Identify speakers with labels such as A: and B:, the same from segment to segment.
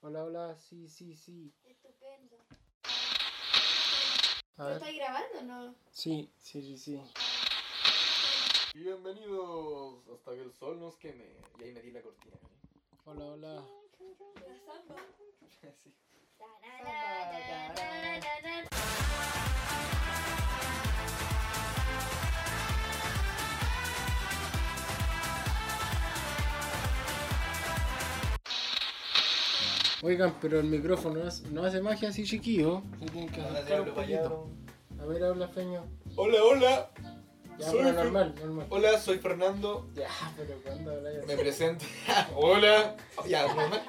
A: Hola, hola, sí, sí, sí.
B: Estupendo.
A: A
B: ¿Lo
A: ver.
B: estáis grabando o no?
A: Sí, sí, sí, sí.
C: Bienvenidos hasta que el sol nos queme. Y ahí me di la cortina. ¿eh?
A: Hola, hola.
B: La samba.
C: Sí.
B: Samba, tarara.
A: Oigan, pero el micrófono no hace, no hace magia así chiquillo. Se tienen que
C: Ahora
A: acercar
C: sí
A: un
C: hablo
A: poquito. A ver, habla feño.
C: Hola, hola.
A: Ya,
C: Soy
A: pero
C: Fer-
A: normal, normal.
C: Hola, soy Fernando.
A: Ya, pero cuando hablas así.
C: Me presento. hola. Ya, normal.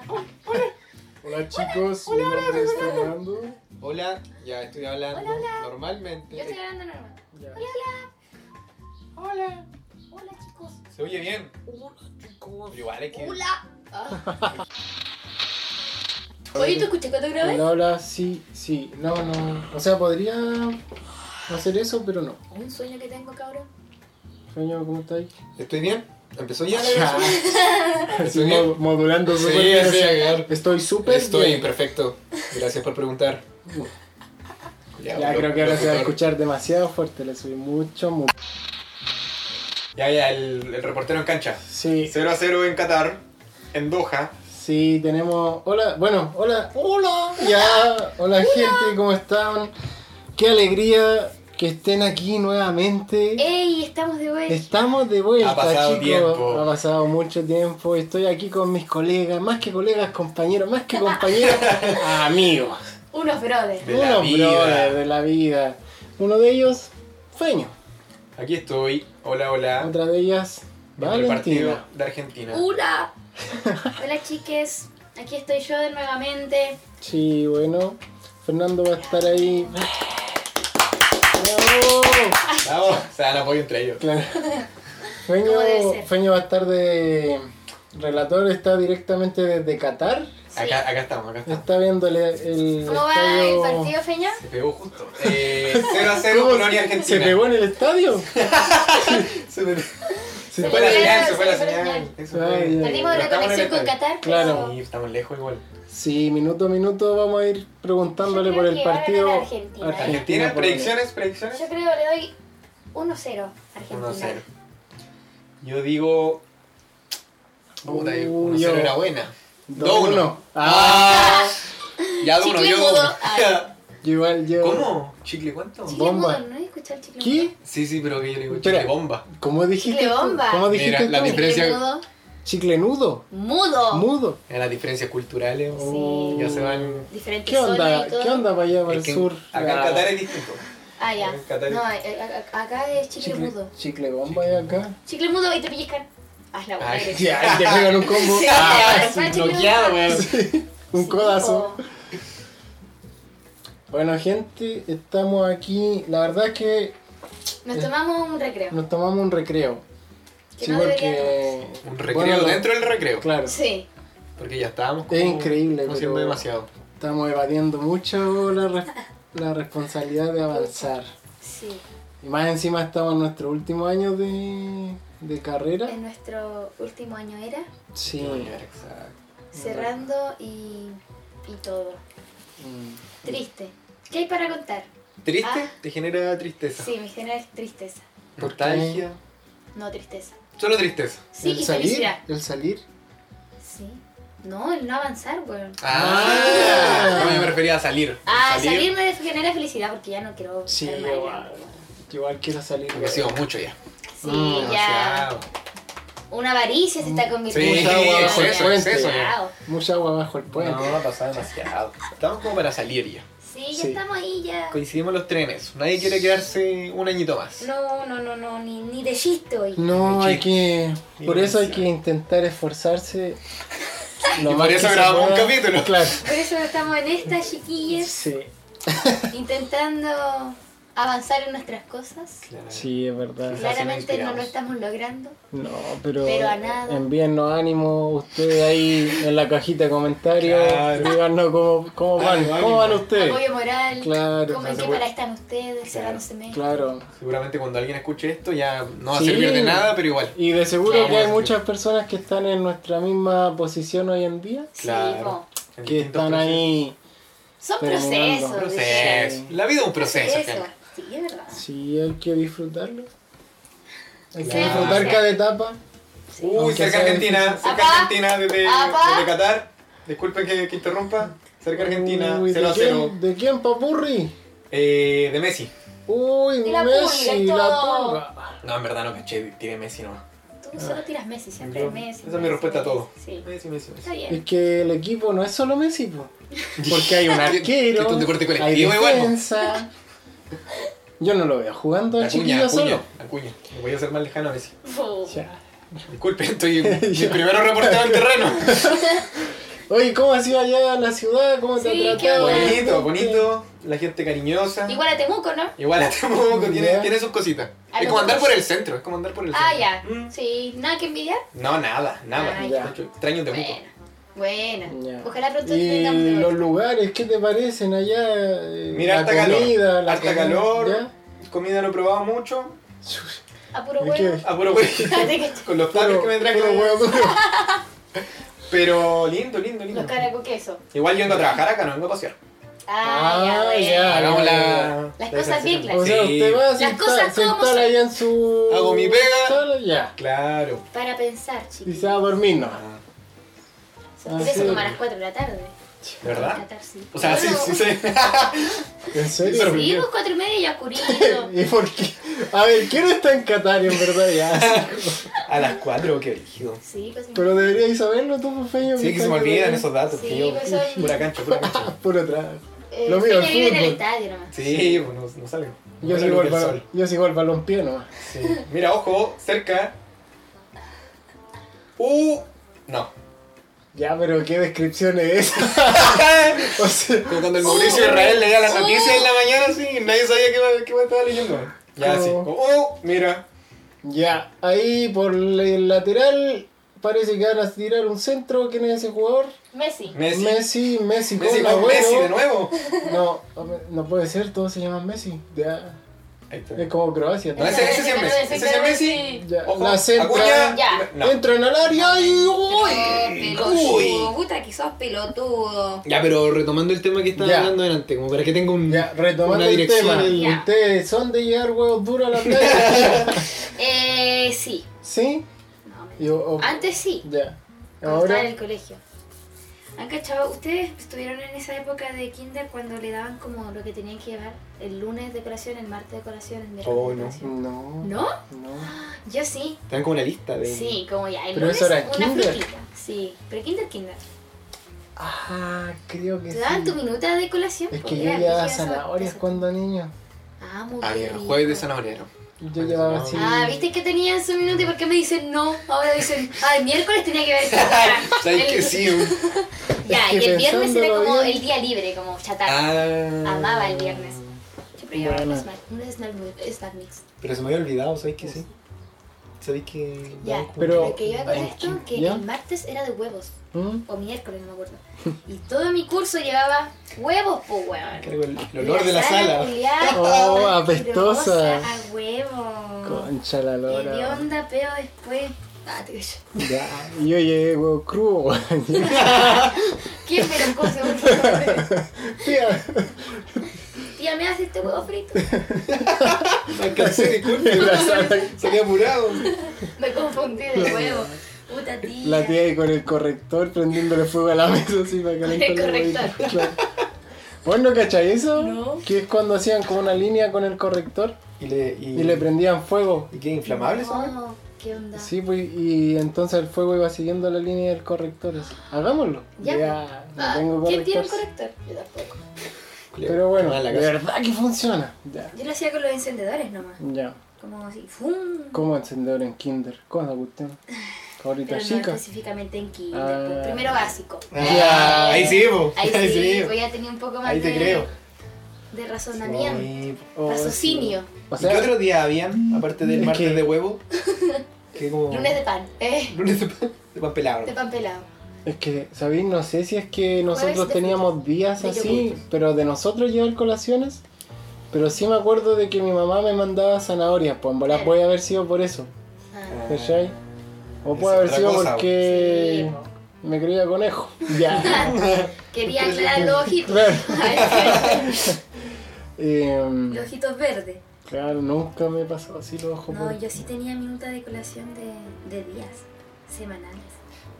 A: Hola chicos, mi nombre es Fernando.
C: Hola. Ya estoy hablando normalmente.
B: Yo estoy grabando normal.
A: Ya.
B: Hola. Hola, chicos.
C: Se oye bien.
B: Hola,
C: Pero igual es que.
B: Hola. Ah. Oye, ¿tú escuchas cuando grabé?
A: Hola, hola, sí, sí. No, no. O sea, podría hacer eso, pero no.
B: Un sueño que tengo, cabrón.
A: Feño, ¿cómo estáis?
C: ¿Estoy bien? ¿Empezó ya? la grabación?
A: Así
C: Estoy bien.
A: mod- modulando
C: Sí,
A: súper bien,
C: sí,
A: así.
C: claro.
A: Estoy súper
C: Estoy
A: bien.
C: perfecto. Gracias por preguntar.
A: Ya
C: lo-
A: creo que ahora se va a
C: locutor.
A: escuchar demasiado fuerte, le subí mucho, mucho.
C: Ya, ya, el, el reportero en cancha.
A: Sí,
C: 0 a 0 en Qatar, en Doha.
A: sí, tenemos... Hola, bueno, hola. Hola. Ya, hola gente, ¿cómo están? Qué alegría que estén aquí nuevamente.
B: ¡Ey! Estamos de vuelta.
A: Estamos de vuelta,
C: Ha pasado
A: chicos.
C: tiempo.
A: Ha pasado mucho tiempo. Estoy aquí con mis colegas, más que colegas, compañeros, más que compañeros, amigos.
B: Unos brothers.
C: De la
A: Unos
C: vida.
A: brothers de la vida. Uno de ellos, Feño.
C: Aquí estoy. Hola, hola.
A: Otra de ellas,
C: Viendo ¿Ah? el
A: Valentina.
C: partido de Argentina.
B: ¡Hola! Hola, chiques. Aquí estoy yo de nuevamente.
A: Sí, bueno. Fernando va a estar ahí. ¡Bravo!
C: Ah, Vamos, se dan apoyo entre ellos.
A: Claro.
B: Como debe
A: Feño,
B: ser.
A: Feño va a estar de relator, está directamente desde Qatar.
B: Sí.
C: Acá, acá estamos, acá estamos.
A: Está viendo el, el
B: ¿Cómo va el
A: estadio-
B: partido, Feña?
C: Se pegó justo. Eh, 0 a 0
A: ¿Cómo
C: Polonia
A: se-
C: Argentina.
A: ¿Se pegó en el estadio?
C: Se me-
A: Se
C: Se fue la
B: pegó,
C: señal,
B: se
C: se fue la
B: fue la
C: señal.
B: señal.
C: Eso fue.
A: Ay, ay.
B: Perdimos la
C: Pero estamos en
B: conexión
C: el
B: con
C: estadio.
B: Qatar.
A: Claro.
C: Sí, estamos lejos igual.
A: Sí, minuto a minuto vamos a ir preguntándole
B: Yo creo
A: por el
B: que va a
A: partido.
B: ganar Argentina.
C: Argentina,
A: Polonia.
C: predicciones,
B: pero
C: predicciones.
B: Yo creo que le doy 1-0 a
C: 1 a 0.
B: Argentina.
C: Yo digo. Puta,
A: Uy,
C: 1 a 0
A: yo.
C: era buena. 2
A: 2-1.
C: 1.
A: Ah,
C: Ya 2 1,
B: Chicle
C: yo
B: mudo.
C: 2
B: Ay.
A: yo igual yo.
C: ¿Cómo? ¿Chicle cuánto?
B: Chicle
A: Bomba.
B: mudo, no he escuchado chicle
A: ¿Qué?
C: Sí, sí, pero que yo le digo
A: Espera.
C: chicle bomba.
A: ¿Cómo dijiste?
B: Chicle
A: tú?
B: bomba.
A: ¿Cómo dijiste
C: Mira, la
A: tú?
B: mudo.
C: diferencia-
B: Chicle
C: Precio-
B: mudo.
A: Chicle nudo.
B: Mudo.
A: Mudo.
C: Eran las diferencias culturales.
B: Oh. Sí.
A: Oh.
C: Ya se van.
B: Diferente
A: ¿Qué onda?
B: zona y todo.
A: ¿Qué onda para allá, para
C: Es
A: el
C: que
A: sur?
C: Acá en
A: Ah,
C: Qatar es distinto.
B: Ah, ya.
C: En Qatar.
B: No, eh, a- a- acá es chicle,
A: Chicle,
B: mudo.
A: chicle bomba es acá.
B: Chicle mudo y te pellizcan. Haz la buena.
C: Ay,
B: eres.
A: Ya, ahí te pegan un combo.
B: Sí,
A: Ah,
B: sí, chicle
C: bloqueado,
B: mudo.
C: weón.
A: un
B: Sí,
A: codazo.
B: po.
A: Bueno, gente, estamos aquí. La verdad es que
B: Nos tomamos un recreo.
A: nos tomamos un recreo.
B: Que
A: sí,
B: no
A: porque.
C: Un recreo
A: Bueno, lo-
C: dentro del recreo.
A: Claro.
B: Sí.
C: Porque ya estábamos
A: Es increíble,
C: No siendo
A: pero-
C: demasiado.
A: Estamos evadiendo mucho la, re- la responsabilidad de avanzar.
B: Sí.
A: Y más encima estamos en nuestro último año de, de carrera.
B: En nuestro último año era
A: Sí.
C: Exacto.
B: cerrando y, y todo.
A: Mm.
B: Triste. ¿Qué hay para contar?
C: ¿Triste?
B: Ah.
C: Te genera tristeza.
B: Sí, me genera tristeza.
C: Nostalgia.
B: No tristeza.
C: Solo tristeza.
B: Sí,
A: el
B: y
A: salir,
B: felicidad.
A: el salir.
B: Sí. No, el no avanzar, weón.
C: Ah, no, yo me refería a salir.
B: Ah, salir, me genera felicidad porque ya no quiero
A: Sí,
B: ser madre,
A: igual.
B: weón.
A: Igual quiero salir.
C: Porque ha sido mucho ya.
B: Sí,
A: Mm,
B: ya.
C: Demasiado.
B: Una avaricia se está convirtiendo
C: Sí,
A: Mucha agua
B: en
A: bajo el
C: exceso,
A: puente.
C: exceso ya.
B: Wow.
A: Mucha agua bajo el puente.
C: No, ha pasado demasiado. Estamos como para salir ya.
B: Sí, ya
A: Sí.
B: estamos ahí ya.
C: Coincidimos los trenes. Nadie quiere quedarse un añito más.
B: No, no, no, no, ni, ni de chiste hoy.
A: No,
C: Sí.
A: hay que.
C: Sí,
A: Por eso hay que
C: demasiado.
A: intentar esforzarse. lo más
C: Y por
A: que
C: eso
A: se
C: grabamos un
A: pueda.
C: capítulo.
A: Claro.
B: Por eso estamos en estas chiquillas
A: Sí,
B: intentando avanzar en nuestras cosas.
A: sí, es verdad.
C: Quizás se me
B: Claramente no lo
C: inspiramos.
B: estamos logrando.
A: No, pero,
B: Pero a nada.
A: envíennos ánimo ustedes ahí en la cajita de comentarios.
C: Claro.
A: Díganos cómo, cómo van,
C: Ánimo,
A: cómo van
C: ánimo.
A: ustedes.
B: Apoyo moral.
A: Claro.
B: ¿Cómo en qué para están ustedes? este Cerrándose
A: Claro.
C: Seguramente cuando alguien escuche esto ya no va a
A: Sí.
C: servir de nada, pero igual.
A: Y de seguro
B: Claro.
A: que hay muchas personas que están en nuestra misma posición hoy en día.
B: Sí,
C: Claro.
B: po.
A: que
C: En distintos
A: están ahí.
B: Son
A: Terminando.
B: procesos.
C: Proceso.
B: digamos.
C: La vida es un proceso,
B: Proceso.
C: gente.
B: Sí, es verdad.
A: Sí, hay que disfrutarlo. Hay que
B: Sí.
A: disfrutar
B: Sí.
A: cada etapa.
C: Uy,
A: Aunque
C: cerca
A: sea
C: Argentina,
A: difícil.
C: cerca
B: Apá.
C: Argentina desde,
B: Apá.
C: desde Qatar. Disculpen que, que interrumpa. Cerca Argentina,
A: Uy,
C: 0 a
A: ¿de,
C: 0.
A: quién, ¿De quién, Papurri?
C: Eh, de Messi.
A: Uy,
B: Y la
A: Messi,
B: pulga,
A: la
B: todo.
A: pulga.
C: No, en verdad no caché, tiene Messi no.
A: Uh.
B: Tú solo tiras Messi, siempre
C: Yo-
B: Messi.
C: esa es mi
B: Messi,
C: respuesta a todo.
B: Sí.
C: Messi, Messi, Messi.
B: Está bien.
A: Es que el equipo no es solo Messi, po. porque hay un
C: Ah, Esto
A: arquero,
C: es un deporte
A: hay
C: colectivo igual. po.
A: defensa. Yo no lo veo jugando al
C: La cuña, la
A: chiquillo
C: cuña,
A: solo.
C: la cuña. Me voy a hacer más lejano a Messi.
B: Oh.
A: Ya.
C: Disculpen, estoy el primero reportado al terreno.
A: Oye, ¿cómo ha sido allá la ciudad? ¿Cómo te
B: Sí,
A: ha
B: qué
A: tratado?
B: bueno.
C: bonito, bonito. La gente cariñosa.
B: Igual a Temuco, ¿no?
C: Igual a Temuco tiene,
A: Ya.
C: tiene sus cositas.
B: A
C: Es
B: los
C: como andar
B: otros.
C: por el centro, es como andar por el centro.
B: Ah, ya.
C: Mm.
B: Sí, nada que envidiar.
C: No, nada, nada.
B: Ah,
A: ya.
C: De hecho, Extraño Temuco.
B: Bueno. Bueno.
A: Ya.
B: Ojalá pronto tengamos
A: ¿Y
B: de
A: los
B: vuelta.
A: lugares qué te parecen allá? Eh,
C: Mira,
A: la
C: harta calor,
A: comida, la
C: harta
A: comida,
C: calor.
A: ¿ya?
C: Comida no he probado mucho.
B: A puro
A: ¿De
B: huevo.
A: qué?
C: Ah, puro huevo.
B: Te cacho.
C: Con los
A: Puro-
C: tacos que me traje.
A: puro huevo duro.
C: Pero lindo, lindo, lindo.
B: Los caracos queso.
C: Igual yo vengo a trabajar acá, no vengo a pasear.
B: Ah, ya,
A: ya.
B: bueno.
C: Hagamos la.
A: Las
C: la
B: cosas
C: diferenciación.
B: bien claras.
A: O sea,
C: Sí.
A: usted va a
B: Las
A: sentar,
B: cosas como
A: sentar
B: son.
A: allá en su...
C: Hago mi pega.
A: sala, ya.
C: Claro.
B: Para pensar,
A: Y
B: chicos.
A: se va a dormir nomás.
C: Ah,
A: Ah,
B: Eso
A: sí.
B: como a las 4 de la tarde.
C: ¿De verdad?
B: Tratar, sí.
C: Ah. O sea, sí,
B: Bueno,
C: sí, sí.
A: ¿En serio?
C: Pero-
B: Sí, pues 4 y media ya oscurito.
A: ¿Y por qué? A ver, ¿quién está en Qatar en verdad ya?
C: A las 4, qué rígido.
B: Sí, pues.
A: Pero deberíais saberlo tú, pues, feño.
C: Sí, que se me olvidan esos datos.
B: Sí,
C: que yo-
B: pues son-
C: Pura cancha, pura cancha.
A: Por otra.
B: eh,
A: Lo mío,
B: sí,
A: el
B: vive en el
A: fútbol.
B: estadio nomás.
C: Sí, pues no, no salgo.
A: Yo
C: Pura
A: sigo,
C: luz
A: al
C: del
A: balón,
C: sol.
A: yo sigo al balompié nomás.
C: Sí. Mira, ojo, cerca. Uh, no.
A: Ya, pero qué descripción es esa. O
C: Como
A: sea,
C: cuando el Mauricio Israel leía las
B: Uh.
C: noticias en la mañana, sí, nadie sabía qué iba- qué iba a estar leyendo. Ya, sí.
A: Oh.
C: Como, Uh, mira.
A: ya, ahí por el lateral parece que van a tirar un centro. ¿Quién es ese jugador?
B: Messi.
C: Messi. Messi,
A: Messi, Messi,
C: Messi,
A: con la
C: con
A: huevo.
C: Messi de nuevo.
A: No, no puede ser, todos se llaman Messi. Ya,
C: Ahí está.
A: es como Croacia.
C: No, ese, ese sí es Messi. Ese sí es Messi.
A: Ya,
C: Ojo,
A: la centra.
C: Acuña.
B: Ya.
C: No.
A: Entran al área y. ¡Uy!
B: Pelotudo, puta que sos pelotudo.
C: Ya, pero retomando el tema que estaba
A: Ya.
C: hablando delante, como para que tenga un.
A: Ya, retomando
C: Una
A: el
C: dirección,
A: tema,
C: el-
B: Ya.
A: ¿ustedes son de llegar huevos duros a la playa?
B: Eh, sí.
A: ¿Sí?
B: No, me-
A: Y o- o-
B: Antes sí,
A: Ya.
B: cuando
A: Ahora,
B: estaba en el colegio. ¿Han cachado? ¿Ustedes estuvieron en esa época de kinder cuando le daban como lo que tenían que llevar? El lunes decoración, el martes decoración, el miércoles
C: Oh, no.
B: decoración.
A: no.
B: ¿No?
A: no.
B: Yo sí.
C: Te dan como una lista de.
B: Sí, como ya. El
A: Pero
B: lunes
A: eso era
B: una
A: kinder.
B: frutita. Sí, pero kinder, kinder.
A: Ah, creo que
B: ¿Te
A: sí.
B: daban tu minuta de colación? Pues
A: Es que
B: Porque
A: yo
B: era
A: llevaba
B: brígido esa-
A: zanahorias
B: esa-
A: cuando niño.
B: Ah, muy
C: Ah, mira,
B: rico.
C: jueves de zanahoriero.
A: Yo llevaba así.
B: Ah, ¿viste que tenían su minuto y por qué me dicen no? Ahora dicen, ah, el miércoles tenía que ver Ah,
C: ¿Sabes qué? Sí. un-
B: Ya,
A: Es
B: y
A: que
B: el viernes era
A: pensándolo
B: como
A: bien.
B: el día libre, como chatarra.
C: Ah.
B: Amaba el viernes. Siempre llevaba
A: Bueno.
B: un snack, un snack, mi- snack mix.
C: Pero se me había olvidado, ¿sabéis que sí? ¿Sabéis que.?
B: Pues. Ya,
A: Pero-
B: lo que yo con
A: Ay,
B: esto, que
A: ¿ya?
B: el martes era de huevos,
A: ¿Mm?
B: o miércoles, no me acuerdo. Y todo mi curso llevaba huevos, pues huevón.
C: Cargo el, el olor de la sala.
B: culiada,
A: Oh,
B: asquerosa,
A: apestosa.
B: A huevo.
A: Concha la
B: ¿Qué
A: lora.
B: onda, peo después? Ah, te callo.
A: Ya, yo llegué huevo crudo.
B: ¿Quién me lo cose, por favor?
A: Tía,
B: Tía, ¿me hace este huevo frito?
C: Me alcancé, disculpe.
A: en la sala,
C: Salí apurado.
B: Me confundí de huevo. Puta tía.
A: La tía ahí con el corrector prendiéndole fuego a la mesa así para calentar
B: El
A: la huevita.
B: corrector.
A: Claro. ¿Vos no cachai eso?
B: No.
A: Que es cuando hacían como una línea con el corrector
C: Y le.
A: y le prendían fuego.
C: ¿Y qué? ¿Inflamable esa weá?
B: No, ¿qué onda?
A: Sí, pues, y entonces el fuego iba siguiendo la línea del corrector. así. Hagámoslo.
B: Ya.
A: no
B: Ah,
A: tengo
B: ¿Quién tiene un
A: corrector.
B: corrector? Yo tampoco.
A: Pero bueno,
C: Quemada
A: de
C: la casa.
A: verdad que funciona. Ya.
B: Yo lo hacía con los encendedores nomás.
A: Ya.
B: Como así, ¡fum!
A: ¿Cómo encendedor en Kinder? ¿Cómo la cuestión? Ahorita
B: Pero no
A: chica.
B: específicamente en kinder.
A: Ah.
B: pues, Primero básico.
C: Ah, ahí sí, po.
B: Ahí sí,
C: po.
B: pues ya tenía un poco más
C: Ahí te
B: de,
C: creo.
B: de razonamiento.
C: Sí, po.
A: Oh,
B: Raciocinio.
A: sí. O
C: ¿Y ¿Qué
A: sea,
C: otro día habían? Aparte del
A: ¿Qué?
C: martes de huevo. Que como...
B: Lunes de pan. Eh,
C: Lunes de pan, de pan pelado.
B: de pan pelado.
A: es que, ¿sabéis? No sé si es que nosotros
B: de
A: teníamos días
B: De
A: así, pero de nosotros llevar colaciones. Pero sí me acuerdo de que mi mamá me mandaba zanahorias, pues en volar
B: Claro.
A: puede haber sido por eso,
B: Ah.
A: ¿cachai? Pues O
C: Es
A: puede haber
C: otra
A: sido
C: cosa,
A: porque.
B: Sí, po.
A: me creía conejo. Ya.
B: Quería aclarar los ojitos.
A: Claro.
B: los
A: Em,
B: ojitos verdes.
A: claro, nunca me pasó así los ojos.
B: No,
A: por-
B: yo sí tenía minuta de colación de, de días semanales.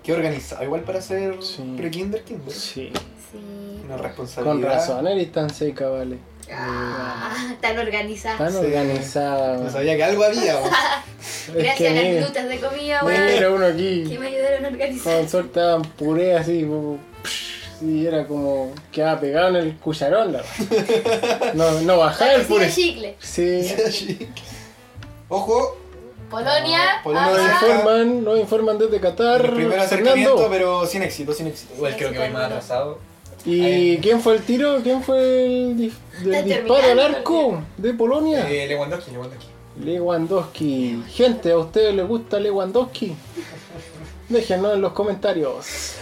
C: Qué organizado, igual para hacer
A: Sí.
C: pre-kinder, kinder.
A: Sí,
B: Sí.
C: Una responsabilidad.
A: con razón, eres tan seca, vale.
B: Ah, tan organizada.
A: Tan
C: Sí.
A: organizada.
C: No
A: weón.
C: sabía que algo había. weón.
A: Es
B: Gracias
A: que
B: a las
A: mira,
B: minutas de comida, weón.
A: mira uno
B: Que
A: aquí.
B: me ayudaron a organizar.
A: Con soltaban puré así. como, psh, Y era como. Quedaba pegado en el cucharón. la weón. No, no bajaba el
B: Parecía
A: puré.
B: chicle.
A: Sí.
C: Ojo,
B: Polonia.
C: No, Polonia
A: Nos
C: Ah.
B: abajo.
A: informan, nos informan desde Qatar.
C: el primer acercamiento,
A: Fernando.
C: pero sin éxito, sin éxito.
D: Igual creo que voy más atrasado.
A: ¿Y quién fue el tiro? ¿Quién fue el, dis- del
B: Está
A: disparo al
B: terminando,
A: arco de Polonia?
D: Eh, Lewandowski, Lewandowski.
A: Lewandowski. Gente, ¿a ustedes les gusta Lewandowski? Déjenos en los comentarios.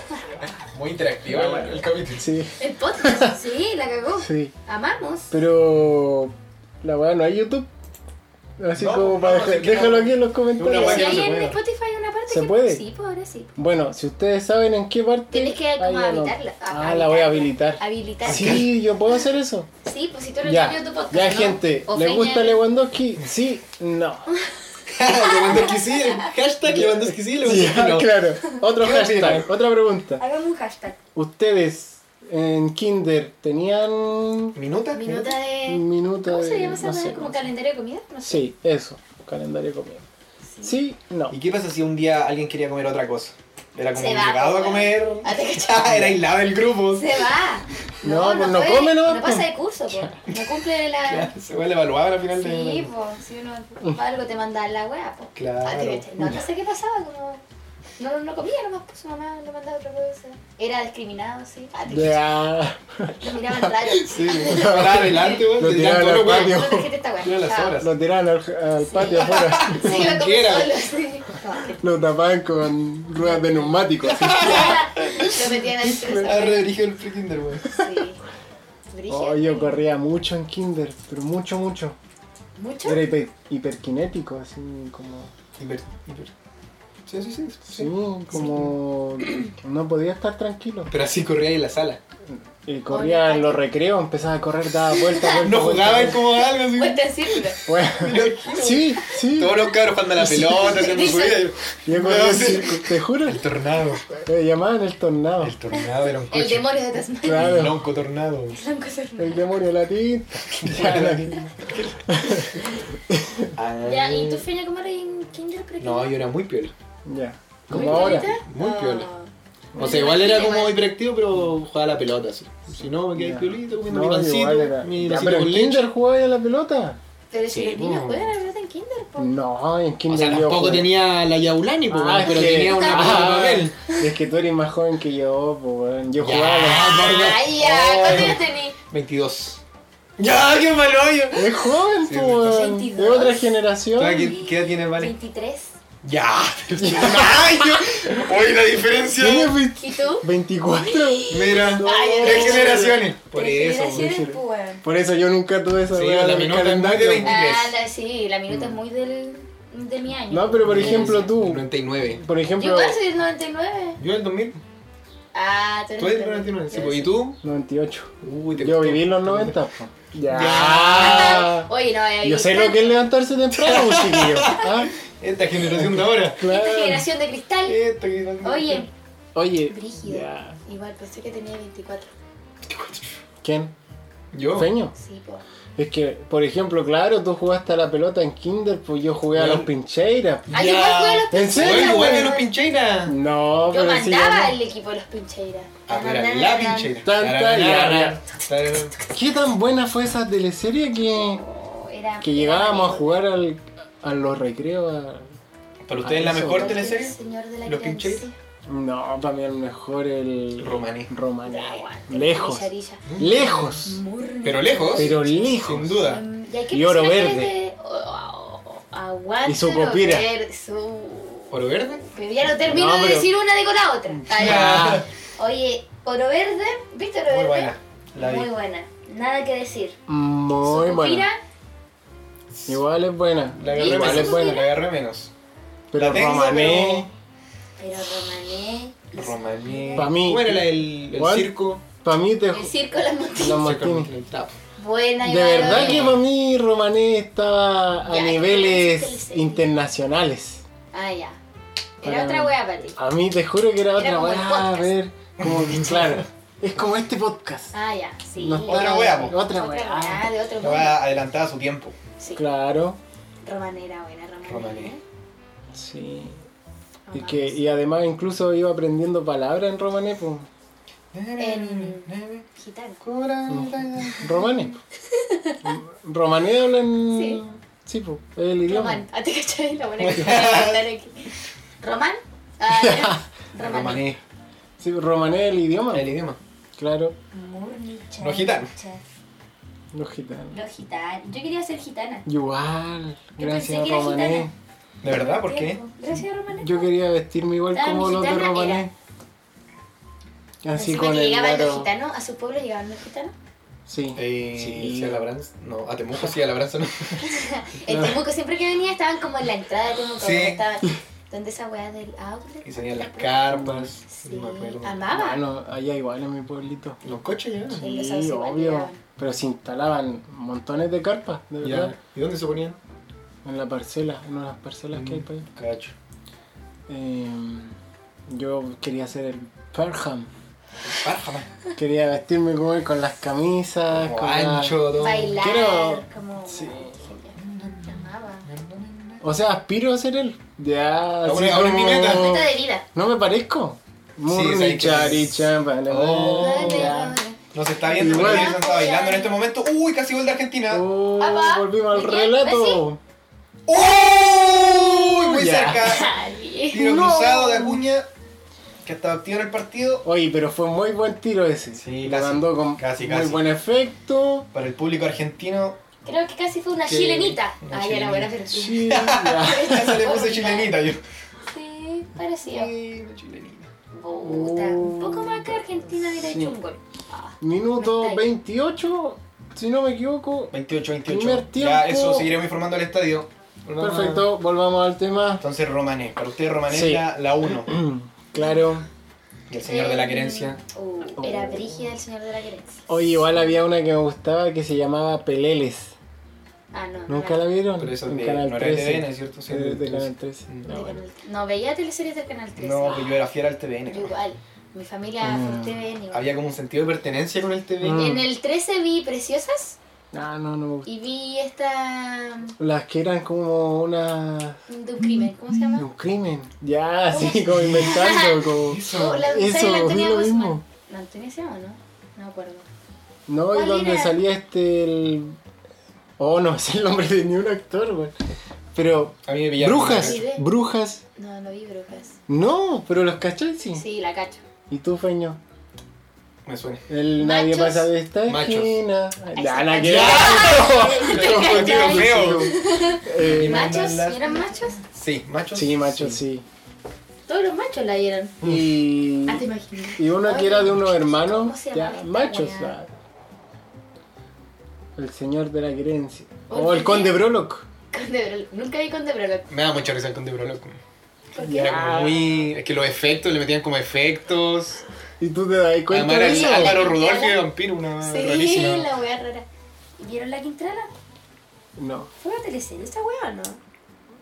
D: Muy interactivo el, el capítulo.
A: Sí,
B: El podcast. Sí, la cagó.
A: sí.
B: Amamos.
A: Pero la weá no hay YouTube. Así
D: No,
A: como
D: no,
A: para
D: no,
A: dejar-
D: sí que no.
A: déjalo aquí en los comentarios.
C: Una weá
B: Si
C: que no
B: hay
C: se
B: en
C: puede.
B: Spotify hay una parte
A: ¿Se
B: que
A: puede?
B: sí, pues ahora sí.
A: Bueno, si ustedes saben en qué parte.
B: Tienes que como
A: ahí anot-
B: habilitarla.
A: Ah, la voy a habilitar.
B: Habilitar. Sí,
A: Sí, yo puedo hacer eso.
B: pues si tú lo
A: Ya,
B: tienes en tu podcast.
A: ya
B: ¿no?
A: gente,
B: O
A: ¿le
B: Feña-
A: gusta Lewandowski? Sí, no.
C: Lewandowski sí, hashtag Lewandowski sí, Lewandowski
A: Ya,
C: no.
A: claro. Otro
C: ¿Qué
A: hashtag,
C: opinan?
A: otra pregunta.
B: Hagamos un hashtag.
A: ¿Ustedes en Kinder tenían
C: ¿Minuta?
B: Minuta
A: Mm.
B: de.
A: minuto
B: Eh, ¿Cómo
A: de...
B: se llama esa
A: no sé,
B: madre? ¿Como
A: no sé.
B: calendario de comida? No sé.
A: Sí, eso, calendario de comida. Sí, no.
C: ¿Y qué pasa si un día alguien quería comer otra cosa? Era como
B: Se va,
C: obligado a
B: pues,
C: comer.
B: Ah, te cacho.
C: Era aislado del grupo.
B: Se va.
A: No, pues no
B: fue-
A: come, no,
B: No
A: pues.
B: pasa de curso, pues. No cumple la.
C: Se vuelve evaluado al final
B: Sí,
C: de.
B: pues. Si uno ocupa algo te manda la wea, pues.
C: Claro.
B: Ah, te cacho. No, no sé qué pasaba, como. No, no comía nomás, pues su mamá lo mandaba a otra cosa. Era discriminado, sí. Ah, te cacho.
A: Ya.
B: Lo miraban raro.
C: Sí, claro, adelante, weón.
A: Lo
C: te
A: tiraron
C: tiran
A: al
C: todo lo
A: patio.
C: weón.
B: No te dijiste esta wea.
C: Mira las
B: Chao.
C: horas.
A: Lo tiraban al, al patio afuera.
B: Sí, lo comí
C: Quiera.
B: solo, sí. No, te
A: Lo tapaban con ruedas de neumáticos. así.
B: Lo metían al
C: Ah,
B: estresor.
C: redirigió el pre-kinder, weón.
B: pues, Sí. Brígido.
A: Oh, yo corría mucho en Kinder, pero mucho, mucho.
B: ¿Mucho?
A: Era hiper- hiperkinético, así como...
C: Hiper- hiper. Sí, sí, sí.
A: Sí,
C: sí.
A: como no podía estar tranquilo.
C: Pero así corría ahí en la sala.
A: Y corría en los recreos, empezaba a correr, daba vueltas, vueltas.
C: No
A: vueltas,
C: jugaban
A: vueltas.
C: como algo así.
B: Cuenta en círculo.
A: Bueno, sí, sí.
C: Todos los cabros jugando a la pelota, haciendo su vida.
A: Yo corría en circo, te juro.
C: El tornado.
A: Me llamaban el tornado.
C: El tornado era un
B: El
C: coche.
B: demonio de Tasmania.
C: El
A: Claro.
C: lonco tornado.
B: Blanco cerrado.
A: El demonio latín. Ya, la-
B: Ya, ¿y tú, Feña, cómo eres en Kinder? Creo que
C: Ah, No, yo era muy piola.
A: ya.
B: ¿Muy
A: Como ahora.
B: bonita?
C: Muy
B: Ah.
C: piola.
B: No
C: O sea,
B: te
C: igual era
B: imaginas,
C: como
B: igual.
C: hiperactivo, pero jugaba a la pelota así. Si no, me quedé
A: Ya.
C: piolito, comiendo mi
A: No, igual
C: pancito,
A: era.
C: mi
A: Ya,
C: vasito
A: pero en
C: con leche.
A: Kinder jugaba ya la pelota.
B: Pero si
C: Sí,
B: los niños
C: po.
B: juegan a la pelota en Kinder, po.
A: No, en
C: O
A: Kinder
C: sea,
A: yo
C: tampoco
A: jugué.
C: tenía la Yaulani, pues,
A: Ah,
C: weón, pero
A: es que-
C: tenía una pelota de
A: Ah,
C: papel.
A: Es que tú eres más joven que yo, pues, weón. Yo
C: Ya.
A: jugaba. a
B: Ay, ya, ¿cuántos años tenés?
C: 22. ¡Ya, qué mal hoyo!
A: la- Es joven,
C: Sí,
A: pues, weón. De
B: 22.
A: otra generación.
C: ¿Qué, qué edad tienes, Vale?
B: 23.
C: ¡Ya! pero es ¡Un año! ¡Oye, la diferencia!
A: ¿Tienes 20?
B: ¿Y tú?
A: 24.
C: Mira,
B: Ay,
C: tres
B: ay,
C: generaciones. Por
B: Tres
C: eso, weón.
B: generaciones, po, weón.
A: Por eso yo nunca tuve esa
C: Sí,
A: weá
C: la
A: del
C: minuta es muy de
A: calendario.
C: 20.
B: Ah, la- sí, la minuta
C: Mm.
B: es muy del, de mi año.
A: No, pero por ejemplo tú,
C: 99.
A: por
B: Yo
A: ejemplo,
B: igual soy del 99.
C: Yo el 2000.
B: Ah, tú eres
C: Tú eres
B: del
C: del 99. Sí,
B: Yo
C: pues, ¿Y
B: soy-
C: tú?
A: 98.
C: Uy, te
A: Yo
C: costó.
A: viví en los 90. po. Ya.
C: Ya. Ah.
B: Oye, no, eh,
A: Yo sé
B: cristal.
A: lo que es levantarse temprano, pues, chiquillo. ¿Ah?
C: Esta generación de ahora.
A: Claro.
B: Esta generación de cristal.
C: Esta generación.
B: Oye,
C: eh,
A: Oye,
B: brígido.
A: ya.
B: Igual pensé que tenía 24.
A: ¿quién?
C: Yo.
A: ¿Feño?
B: Sí, po.
A: Es que, por ejemplo, claro, tú jugaste a la pelota en Kinder, pues yo jugué a
C: Bueno.
A: los pincheiras.
B: Ah, yo igual jugué a los
A: ¿En
B: pincheiras.
A: serio?
C: Oye,
A: Bueno,
C: igual
B: weón.
C: que los pincheiras.
A: No,
B: Yo
A: pero sí.
B: mandaba al equipo de los pincheiras.
C: Ah, pero era
B: Mandaban-
C: la pincheira.
A: Tanta
C: Tararara,
A: ya.
C: tararara.
A: ¿Qué tan buena fue esa teleserie que,
B: Oh, era-
A: que llegábamos a jugar al, a los recreos? a-
C: ¿Para ustedes
A: Ah,
C: la
A: eso.
C: mejor
B: Igual que el
C: teleserie?
B: señor de la
C: ¿Los
B: crianza.
C: pincheiras?
A: No, para mí a lo mejor el...
C: Romaní.
A: Romaní.
B: Ya, aguante,
A: Lejos.
B: Villarilla.
A: Lejos.
B: Murri.
C: Pero lejos.
A: Pero
C: Sin
A: lejos.
C: duda.
B: Mm, ¿Y, hay que
A: Y oro
B: personajes
A: verde.
B: de- oh, oh, oh, aguante
A: Y su
B: oro
A: copira.
B: verde, su-
C: ¿Oro verde?
B: Pero ya no termino
A: No,
B: de
A: pero-
B: decir una de con la otra. Ah, ya. Oye, oro verde, ¿viste oro
C: Muy
B: verde?
C: buena. La
B: Muy
C: vi.
B: buena. Nada que decir.
A: Muy
B: su
A: buena.
B: copira,
A: Igual es buena.
C: La
B: ¿Viste
C: agarré
A: Igual
B: su
A: es
C: menos.
A: buena.
C: La agarré menos.
A: Pero
C: La tengo,
A: Romané.
B: Pero Romané,
C: Romaní.
A: Pa' mí-
C: ¿Cómo era la- el, el
A: ¿Cuál?
C: circo?
A: Para mí te...
B: El circo de las montañas.
A: Los
C: Circo
A: Martínez.
C: Martínez. Ah,
B: Buena y
A: De verdad que para
B: valor.
A: mí Romané estaba a
B: Ya,
A: niveles
B: ya, ya, ya.
A: internacionales.
B: Ah, ya.
A: Para
B: Era otra
A: mí.
B: wea para ti.
A: A mí te juro que era otra
B: como el
A: weá, a
B: podcast.
A: ver, como que claro. Es como este podcast.
B: Ah, ya, sí.
A: No está-
C: Otra wea, po.
A: Otra
B: Otra
A: weá.
B: wea, de otro mundo.
C: La weá adelantada a su tiempo.
B: Sí.
A: Claro,
B: Romanera, buena romanera.
C: Romané.
B: ¿eh?
A: sí. Y
B: Romance.
A: que y además incluso iba aprendiendo palabras en romané, pues.
B: En- Gitano.
A: Romané. Romané hablan.
B: Sí.
A: Sí, pues, es el idioma.
B: Román. Ah, te cachai, la buena que te aquí. ¿Román? Ah, ya. Romané.
C: Romaní.
A: Sí, romané es el idioma.
C: El idioma.
A: Claro,
B: Murnicha.
C: Los gitanos.
A: los gitanos.
B: Los gitanos. Yo quería ser gitana.
A: Igual,
B: Yo
A: gracias
B: pensé que era
A: romané.
B: gitana.
C: ¿De verdad? ¿Por qué?
B: Gracias, Romané.
A: Yo quería vestirme igual
B: Ah,
A: como los de
B: gitana
A: Romané. Así
B: Encima
A: con
B: que
A: el
B: llegaban los
A: aro.
B: gitanos, a su pueblo llegaban los gitanos.
A: Sí.
C: Eh,
A: Sí.
C: sí. a Labranza. No, a Temuco sí, a Labranza no.
B: En Temuco siempre que venía estaban como en la entrada de Temuco.
C: Sí.
B: Estaban, donde esa weá del outlet.
C: Y salían las
B: cartas.
C: carpas.
B: Sí,
C: No me acuerdo.
B: amaba.
A: Bueno, allá igual en mi pueblito.
C: Los coches llegaron.
B: El
A: Sí,
B: desahucio igual
A: obvio.
B: llegaban.
A: Pero se instalaban montones de carpas, de verdad.
C: Ya. ¿Y dónde se ponían?
A: En la parcela, en unas parcelas que hay para allá.
C: Cacho.
A: Eh, yo quería ser el Perham.
C: Párjama.
A: Quería vestirme como él, con las camisas,
C: Como
A: con la-
C: ancho, todo.
B: Bailar,
A: Quiero-
B: como.
A: Sí.
B: Amaba.
A: O sea, aspiro a ser él. Ya,
C: Ahora-
A: así
C: ahora es mi meta.
A: como-
B: Meta de vida.
A: No me parezco.
C: sabes que
A: Murni,
C: sí.
A: chari, chan, vale,
C: Oh.
A: vale,
B: Dale,
A: ya.
B: dale.
C: No se está viendo,
A: Igual.
C: pero Nelson está bailando en este momento. Uy, casi gol de Argentina.
A: Oh,
B: Apa,
A: volvimos al
B: ¿ya?
A: relato.
C: Uy, muy
A: Ya.
C: cerca.
B: Dale.
C: Tiro cruzado de Acuña, que estaba activo en el partido.
A: Oye, pero fue muy buen tiro ese.
C: Sí,
A: Lo
C: casi,
A: mandó con
C: casi,
A: muy
C: casi.
A: buen efecto.
C: Para el público argentino,
B: Creo que casi fue una
C: Que-
B: chilenita.
C: una
B: Ah, ya era
C: chilenita.
B: buena, pero sí.
A: Sí, ya.
C: ya le puse chilenita yo.
B: Sí, parecía.
C: Sí, la chilenita.
B: Puta, un
C: Oh.
B: poco más que Argentina hubiera
A: Sí.
B: hecho un gol. Ah,
A: Minuto
B: Perfecto.
A: 28, si no me equivoco.
C: 28, 28.
A: Primer
C: Ya,
A: tiempo.
C: eso seguiremos informando al estadio. Volvamos a-
A: Perfecto, volvamos al tema.
C: Entonces, Romané. Para usted, Romané
A: Sí.
C: es la- la 1.
A: Claro.
C: Y el señor de la
B: eh,
C: querencia.
B: oh, era Brígida el señor de la querencia.
A: Hoy igual había una que me gustaba que se llamaba Peleles.
B: Ah, no. no
A: ¿Nunca
B: era
A: la vieron?
C: Pero eso
A: En
C: de,
A: Canal
C: no era de
A: 13.
C: TVN, ¿cierto? Sí,
A: Era de
C: entonces-
A: Canal 13.
C: Mm.
B: de
A: No, Ah, bueno.
B: Canal- No, veía teleseries del Canal 13.
C: No, pero yo era fiel al TVN.
B: Yo igual. Mi familia fue
A: Mm.
B: el TVN igual.
C: Había como un sentido de pertenencia con el TVN.
A: Mm.
B: En el 13 vi Preciosas
A: Ah, no, no me gustó.
B: y vi esta mm,
A: Las que eran como una...
B: de un crimen. ¿Cómo se
A: de
B: llama?
A: un crimen. Ya, así como inventando, como...
B: Oh, la
A: Eso,
B: serie de Antonia
A: vi lo
B: Guzmán.
A: mismo.
B: ¿La Antonia se llama, no? No me acuerdo.
A: No, y
B: ¿Cuál
A: donde
B: era?
A: salía este el... Oh, no es el nombre de ni un actor, güey. Pero...
C: A mí me pillaron.
A: Brujas,
B: Idea.
A: brujas.
B: No, no vi Brujas.
A: No, pero los cachai sí.
B: Sí, la cacho.
A: ¿Y tú, Feño?
C: Me suena.
A: El
B: Machos.
A: nadie pasa de esta
C: Machos.
A: esquina.
B: Ahí
A: Ya,
B: está.
A: nada que
C: Pero fue un tiro
B: Ay,
C: feo.
A: Eh,
B: ¿Y machos? ¿Y eran machos?
C: Sí, machos.
A: Sí, machos, sí.
B: Todos los machos la vieron.
A: Y,
B: Ah, te imagino.
A: y uno que era de unos
B: ¿Cómo
A: hermanos,
B: se llama
A: ya,
B: esta
A: machos.
B: weá?
A: ah. El señor de la creencia. O
B: Oye,
A: el conde Brolock.
B: Conde Broloc. Nunca vi Conde Broloc.
C: Me da mucha risa el Conde Broloco.
B: ¿Por qué?
C: Era como muy. Es que los efectos, le metían como efectos.
A: Y tú te das cuenta
C: Además era
A: de
C: el
A: eso.
C: Álvaro Rudolfi de Vampiro, una
A: ah,
B: Sí,
C: rarísima.
B: la wea rara. ¿Y ¿Vieron la Quintrala?
A: No.
B: ¿Fue una teleserie esta wea o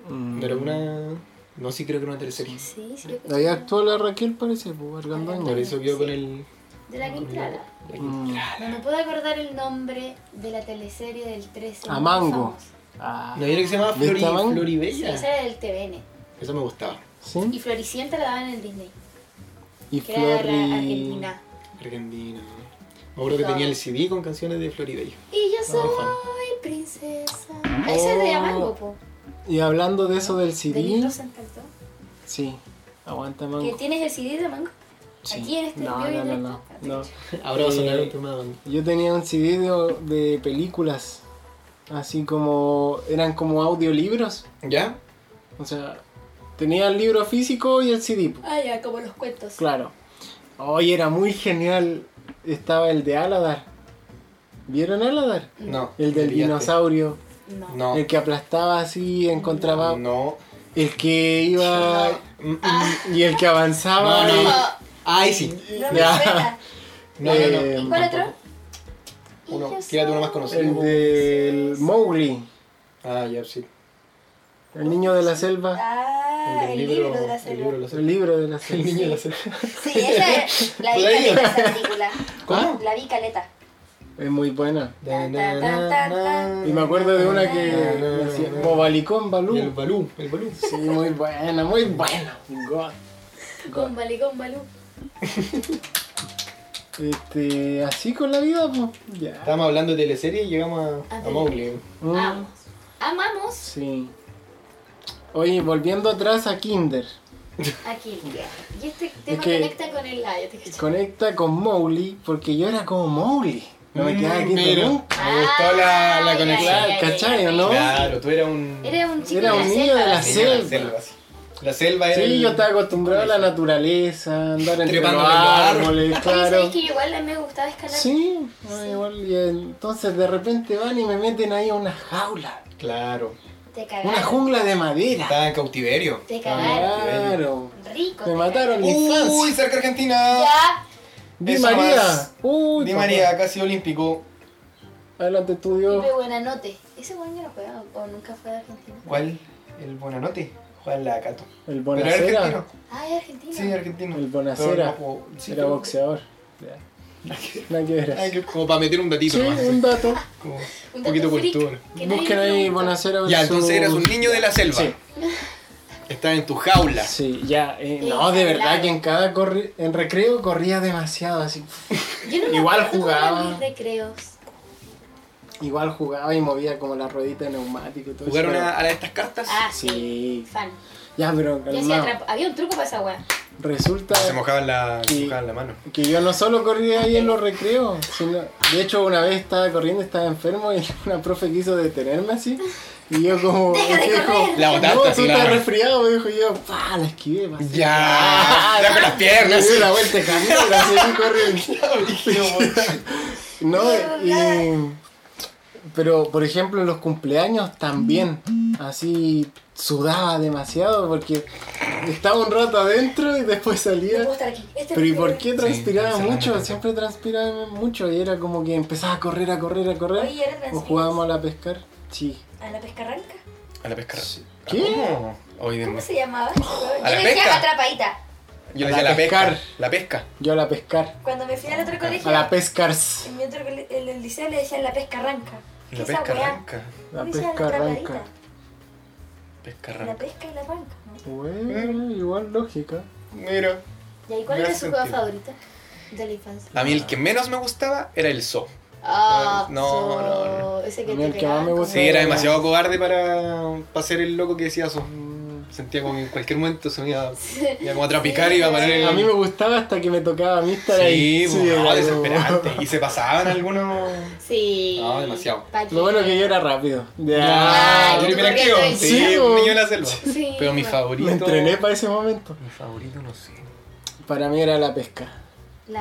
B: no?
A: Mm.
C: Pero una. No, sí creo que era una teleserie.
B: Sí, sí. yo creo
A: Ahí
B: que-
A: actuó la Raquel, parece, pues, Argandoña.
C: Por eso quedó con el.
B: De la Quintrala.
A: Mm.
B: No me puedo acordar el nombre de la teleserie del 13.
A: A Mango.
B: famosa.
A: Ah,
C: No, hay una que se llamaba
A: ¿De
C: Flori,
A: esta man?
B: Sí,
C: Floribella.
B: esa era del TVN.
C: Esa me gustaba.
B: Y
A: ¿sí?
B: Floricienta la daban en el Disney.
A: Y
B: Que era de
A: Flori-
B: la Argentina.
C: Argentina. Me acuerdo que tenía el CD con canciones de Floribella.
B: Y yo soy
C: Juan.
B: princesa. Esa es de
A: Oh.
B: Amango, po.
A: Y hablando de eso del
B: De Lil
A: CD,
B: Rosenthal,
A: sí, aguanta
B: ¿Que
A: mango.
B: tienes el CD de Mango?
A: Sí.
B: aquí en este
A: no,
B: video
A: no, no,
B: directo?
A: no,
B: Ah,
A: no.
C: Ahora va a sonar
A: Eh,
C: un tema de-
A: Yo tenía un CD de, de películas, así como eran como audiolibros,
C: ¿Ya?
A: o sea, tenía el libro físico y el CD, po,
B: Ah, ya, como los cuentos.
A: claro. Hoy era muy genial, estaba el de Aladar. ¿Vieron Aladar?
C: No.
A: El del
C: me pillaste.
A: dinosaurio,
B: No.
C: No.
A: el que aplastaba así, encontraba
C: No.
A: El que iba
C: Mm, mm.
A: y el que avanzaba.
C: No, no.
A: y- Ay, sí.
B: No me
A: Ya.
B: suena.
C: No, no, no.
A: Eh,
B: ¿Cuál otro?
C: Uno,
B: Y yo
C: tírate uno más
B: soy-
C: conocido.
A: El del Mowgli,
C: Ah, ya, sí.
A: el niño de la selva.
B: Ah, el, libro, de la
C: El libro de
B: selva.
C: la
A: El
C: selva.
A: libro de la
C: El
A: selva.
C: niño de la selva.
B: Sí, esa es- la vi
C: Por ahí.
B: caleta esa película.
A: ¿Cómo?
B: La vi caleta.
A: Es muy buena.
B: Tan, tan, tan, tan, tan.
A: Y me acuerdo de una que
B: Ah,
A: decía Mobalicón
C: Y el
A: Balú.
C: balú, el balú.
A: Sí, muy buena, muy buena. God. God.
B: Gómbale, gómbalo.
A: Este, así con la vida, pues. Ya.
C: Estábamos hablando de teleserie y llegamos a,
B: A
C: a
B: ver.
C: Mowgli.
A: Mm,
C: Ah.
B: Amo. Amamos
A: sí. Oye, volviendo atrás a Kinder.
B: aquí. Y este tema
A: que-
B: conecta con el live. te cacho.
A: Conecta con Mowgli porque yo era como Mowgli. No me
C: Mm,
A: quedaba quieto nunca.
C: Me gustó la- la
B: Ah,
C: conexión.
B: ya, ya, ya, ya,
A: ¿Cachai o
B: ya.
A: no?
C: Claro, tú eras un.
B: Era un chico
A: Era
B: de la
A: un niño de
B: selva.
A: la selva.
C: Niño de la selva. sí. La selva era.
A: Sí,
C: el-
A: yo estaba acostumbrado a la naturaleza, andar entre los
C: Trepando en los
A: árboles,
B: Oye,
A: claro.
B: ¿sabes que yo igual a mí me gustaba escalar?
A: Sí, ah, igual, y entonces de repente van y me meten ahí a una jaula,
C: Claro.
B: Te
A: una
B: cagaron.
A: jungla de madera.
C: Estaba en cautiverio.
B: Te cagaron.
A: Claro,
B: Rico.
A: Ah. me
B: te
A: mataron mi
C: Uy,
A: infancia.
C: cerca Argentina.
B: Ya.
A: Di
C: eso
A: María,
C: más.
A: uy,
C: Di
A: papá.
C: María, casi olímpico.
A: Adelante, estudio.
B: Pipe Buenanote. Ese buen que no juega o nunca fue de Argentina.
C: ¿Cuál? El Buenanote. Juan Lacato.
A: El
C: Pero era
A: Bonacera,
C: argentino.
B: Ah, es argentino.
C: Sí, argentino.
A: El
C: Pero
A: Bonacera,
C: no jugó. Sí,
A: era
C: pero-
A: boxeador. Ya. Nada que ver.
C: Ay, que- Como para meter un datito
A: Sí,
C: nomás.
A: un dato.
C: Como un
B: Un
C: poquito
B: dato freak
C: cultura.
B: que nadie
A: Busquen
B: me
A: ahí
B: preguntó.
A: Bonacera.
C: Ya,
A: versus-
C: entonces eras un niño de la selva.
A: Sí.
C: Estás en tu jaula.
A: Sí, ya, eh,
B: Sí,
A: no, de
B: claro.
A: verdad que en cada corri- en recreo corría demasiado, así,
B: Yo no me
A: Igual
B: acuerdo cómo eran
A: jugaba.
B: mis recreos.
A: igual jugaba y movía como la ruedita de neumático y todo
C: Jugar
A: eso,
C: una- a la de estas cartas.
B: Ah,
A: pero-
B: sí.
A: Sí,
B: Fan.
A: ya, pero
B: Yo hacía
A: calmado.
B: trampa. Había un truco para esa weá.
A: resulta
C: Se mojaban la, se
A: Sí.
C: mojaban la mano.
A: que yo no solo corría ahí en los recreos, sino, de hecho una vez estaba corriendo, estaba enfermo y una profe quiso detenerme así, y yo como,
B: Deja de
A: me dijo,
B: correr.
C: La
A: no,
C: botaste
A: tú
C: así, la
A: estás
C: mano.
A: resfriado, me dijo, y yo, pa, la esquivé, pa, así. Ah,
C: Ya, ya con las
A: Le
C: piernas.
A: di la vuelta de carrera, así, corriendo. No, y- pero por ejemplo en los cumpleaños también, así sudaba demasiado porque estaba un rato adentro y después
B: No
A: salía.
B: puedo estar aquí. Este
A: Pero ¿y
B: es
A: por
B: mi
A: qué
B: problema.
A: transpiraba
C: Sí,
A: mucho?
C: sí.
A: Siempre transpiraba mucho y era como que empezaba a correr, a correr, a correr.
B: Oye, ¿ahora
A: O
B: transpiras?
A: jugábamos a la pescar. Sí.
B: ¿A la pescarranca?
C: A la pesca.
A: ¿Qué?
C: ¿Cómo? Hoy de
B: ¿Cómo
C: nuevo.
B: se llamaba? este Yo
C: la
B: le decía
C: pesca?
B: atrapadita.
A: A
C: Yo le decía
A: la
C: la pesca.
A: pescar.
C: La pesca.
A: Yo a la pescar.
B: Cuando me fui al otro colegio,
A: A la pescars.
B: en mi otro cole- en el liceo le decían la pescarranca. ¿Qué
C: La
B: esa
C: pesca
B: weá?
C: arranca.
A: La
B: Yo le decía
A: pesca
B: atrapadita.
A: arranca.
C: Pesca
B: La
C: arranca.
B: pesca y la ranca. ¿no?
A: Bueno, igual lógica.
C: Mira.
B: ¿Y ahí cuál
C: Me
B: era
C: hace
B: su juego
C: sentido.
B: favorito de la infancia?
C: A mí el que menos me gustaba era el zoo.
B: Ah,
C: No,
B: so-
C: no,
B: Ese que
A: A mí
B: te
A: el que más
B: pegaban
A: me
B: como-
A: gusta-
C: Sí, era demasiado cobarde para, para ser el loco que decía zoo.
A: Mm.
C: Sentía como que en cualquier momento se me iba, iba como a trapicar y iba a parar el...
A: A mí me gustaba hasta que me tocaba a mí estar ahí.
C: Sí, pues,
A: era
C: no,
A: como-
C: desesperante. Y se pasaban algunos...
B: Sí.
C: No, demasiado.
B: Pa' qué.
A: Lo bueno que yo era rápido.
B: Ah,
A: Ya.
B: yo
C: ¿tú eres
B: corriendo
C: hiperactivo?
B: el
C: Sí,
A: zoo.
C: un niño de la selva.
B: Sí.
C: Pero mi
B: bueno.
C: favorito...
A: Me entrené para ese momento.
C: Mi favorito no sé.
A: Para mí era la pesca.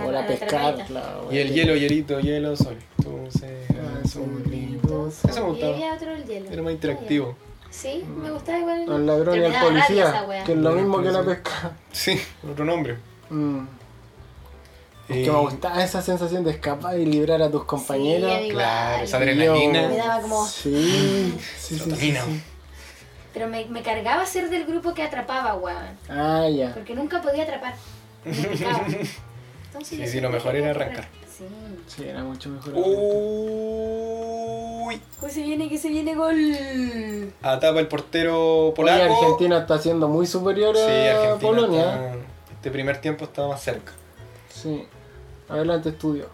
A: o la, pescar.
B: atrapadita.
A: claro,
C: Y el
A: que-
C: hielo, hielito, hielo, sol. Tú
A: Ah,
C: serás un lindo sol. Eso me
B: Y
C: gustaba.
B: había otro el hielo.
C: Era más interactivo. Mm.
B: Sí, me gustaba igual.
A: Al ladrón y al
B: Terminaba rabia esa
A: policía.
B: wea.
A: Que es lo
C: Ladrón y
A: mismo que la
C: policía.
A: pesca.
C: Sí, otro nombre.
A: Mm. Es
C: Eh,
A: que me gustaba esa sensación de escapar y librar a tus
B: Sí, a
A: compañeros.
B: mí
C: Eh, Claro, esa
A: Y
C: adrenalina.
A: yo-
B: Me daba como-
A: Sí, sí, sí, sí,
C: Serotonina.
A: sí.
B: Pero me, me cargaba ser del grupo que atrapaba, weón.
A: Ah, ya.
B: Porque nunca podía atrapar. Me picaba. Entonces,
C: Sí,
B: yo
C: sí,
B: siempre
C: lo mejor era
B: quería
C: arrancar.
B: atrapar. Sí.
A: Sí, era mucho mejor.
C: Uh, Uy,
B: Pues se viene, que se viene gol.
C: atapa el portero
A: Hoy
C: polaco.
A: Argentina está siendo muy superior a
C: Sí, Argentina.
A: Polonia.
C: está- este primer tiempo estaba más cerca.
A: Sí. Adelante, estudio.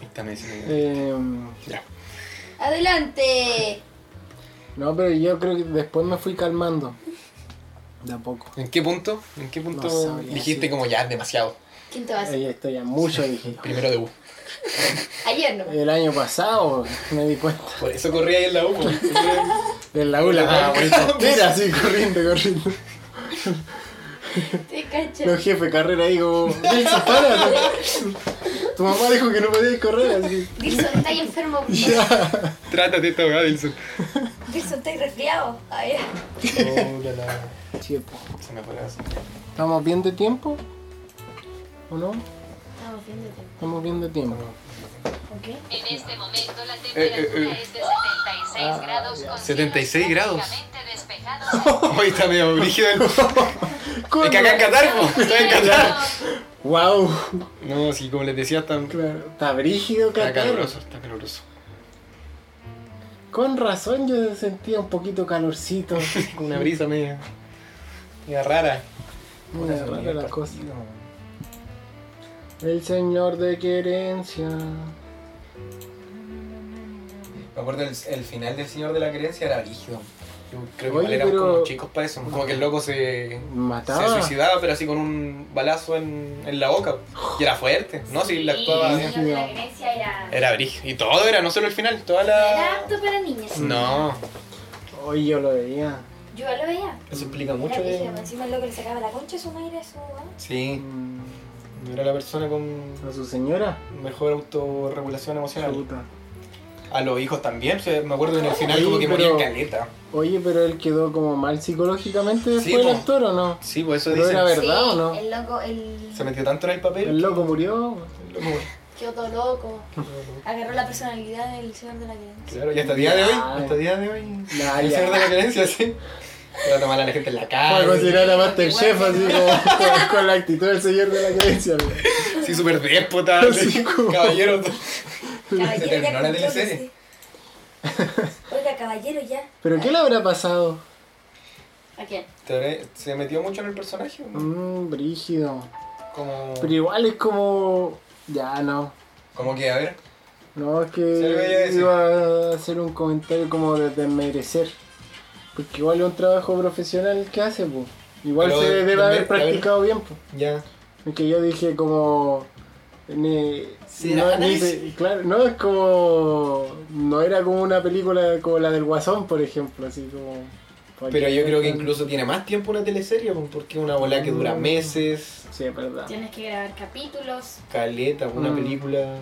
C: Ahí está Messi.
A: Eh,
C: Ya.
B: Adelante.
A: No, pero yo creo que después me fui calmando. De a poco.
C: ¿En qué punto? ¿En qué punto
A: No sabría
C: dijiste
A: decirte.
C: como ya demasiado?
B: Quinto base.
A: Ahí estoy ya mucho, dije.
C: Primero de U.
B: Ayer no.
A: El año pasado me di cuenta.
C: Por eso corría ahí en la U. po.
A: De la ULA.
C: Ah, por eso.
A: Mira, así, corriendo, corriendo.
B: Te cacho.
A: Los jefes de carrera ahí como... Nelson, para. Tu mamá dijo que no podías correr, así.
B: Dilson, está ahí enfermo.
A: Ya.
C: Trátate esta weá, Dilson.
B: Dilson, está ahí resfriado. Ah, ya.
C: Oh, la la.
A: Sí, po.
C: Se me fue la
A: ¿Estamos bien de tiempo? ¿o no?
B: Estamos bien de tiempo.
A: Estamos bien de tiempo.
B: ¿Ok?
E: En este momento la
F: eh,
E: temperatura es de 76 grados con
F: 76
E: cielos
F: grados.
E: prácticamente despejados.
F: Hoy está medio brígido el... Es que acá en Qatar, po, estoy en Qatar.
A: ¡Wow!
F: No, sí, como les decía, está,
A: Claro. Está brígido,
F: está
A: Qatar.
F: caluroso, está caluroso.
A: Con razón yo sentía un poquito calorcito.
F: Una brisa media, media rara.
A: Una rara la
C: Partido.
A: cosa. El señor de querencia.
C: Me acuerdo el, el final del Señor de la Creencia era rígido. Yo creo que
A: Oye,
C: igual eran
A: pero-
C: como chicos para eso. Como que el loco se, se
A: Mataba.
C: suicidaba, pero así con un balazo en, en la boca. Y era fuerte. No, si la actuaba
B: El
C: bien.
B: señor de la Grecia era...
C: Era brígido. Y todo era, no solo el final, toda
B: Era
C: la.
B: apto para niñas.
C: No.
A: Hoy yo lo veía.
B: Yo lo veía.
C: Eso explica
B: Era
C: mucho
B: brígido,
C: que.
B: más encima el loco le sacaba la concha a su madre, a su mamá.
C: Sí.
A: Mm,
C: Era la persona con
A: ¿A su señora?
C: mejor autorregulación emocional. Ah,
A: Puta.
C: A los hijos también, se- me acuerdo que en el final
A: Sí,
C: como que
A: pero-
C: morían caleta.
A: Oye, pero él quedó como mal psicológicamente después
C: Sí,
A: del
C: po.
A: actor, ¿o no?
C: Sí, pues eso
A: Pero
C: dicen.
A: era verdad
B: Sí,
A: o no?
B: El loco, el...
C: Se metió tanto en el papel.
A: El loco murió.
B: Quedó todo loco. Agarró la personalidad del señor de la Grecia.
C: Claro, y hasta el día de hoy,
A: Ah.
C: hasta el día de hoy,
A: Nah,
C: el
A: ya.
C: señor de la creencia, sí. Pero a tomar a la gente en la
A: Para
C: cara.
A: considerar a Masterchef así como con, con la actitud del señor de la creencia. güey.
C: Sí, súper déspota.
A: Sí,
C: sí,
A: como-
C: Caballero.
B: Caballero,
C: Se terminó
B: ya
C: la
B: con
C: teleserie.
B: Dios, sí. Oiga, caballero, ya.
A: ¿Pero qué le habrá pasado?
B: ¿A quién?
C: Te- Se metió mucho en el personaje. ¿no?
A: Mmm, brígido.
C: Como,
A: Pero igual es como... Ya, no.
C: como que, a ver.
A: No, es
C: Se lo voy a
A: que
C: decir.
A: iba a hacer un comentario como de desmerecer. Porque igual es un trabajo profesional que hace, pues. Igual
C: Pero
A: se debe haber
C: desmer- a ver.
A: practicado bien, pues.
C: Ya.
A: Porque yo dije como... Ni,
C: Sí,
A: no, ni
C: análisis.
A: pe- claro, no es como... No era como una película como la del Guasón, por ejemplo, así como...
C: Pero yo creo que incluso tiene más tiempo una teleserie, po, porque una bola que
A: Mm.
C: dura meses,
A: Sí, es verdad.
B: Tienes que grabar capítulos.
C: caleta, una
A: Mm.
C: película.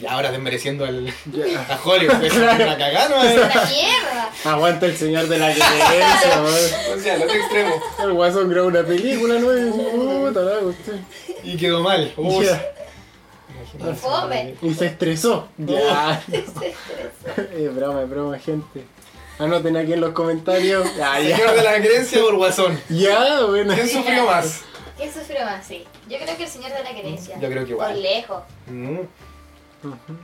C: Y ahora desmereciendo al,
A: Ya.
C: a Hollywood, pues, una cagada, ¿no?
B: ¡La mierda!
A: Aguanta el señor de la creencia, weón.
C: O sea, al otro extremo.
A: El Guasón grabó una película, ¿no? Y, "Uh, puta, la cuestión.
C: Y quedó mal. Uy.
A: Ya.
C: Imagínate.
B: Fome.
A: Y se estresó.
C: Uh.
A: Ya. es broma, es broma, gente. Anoten aquí en los comentarios. Ya,
C: Señor
A: ya.
C: de la creencia por guasón.
A: Ya, bueno.
C: ¿Quién sufrió más?
B: ¿Qué sufrió más? Sí. Yo creo que el señor de la Grecia.
C: Yo creo que
B: Por
C: igual.
B: lejos.
C: Mm.
A: Ujú.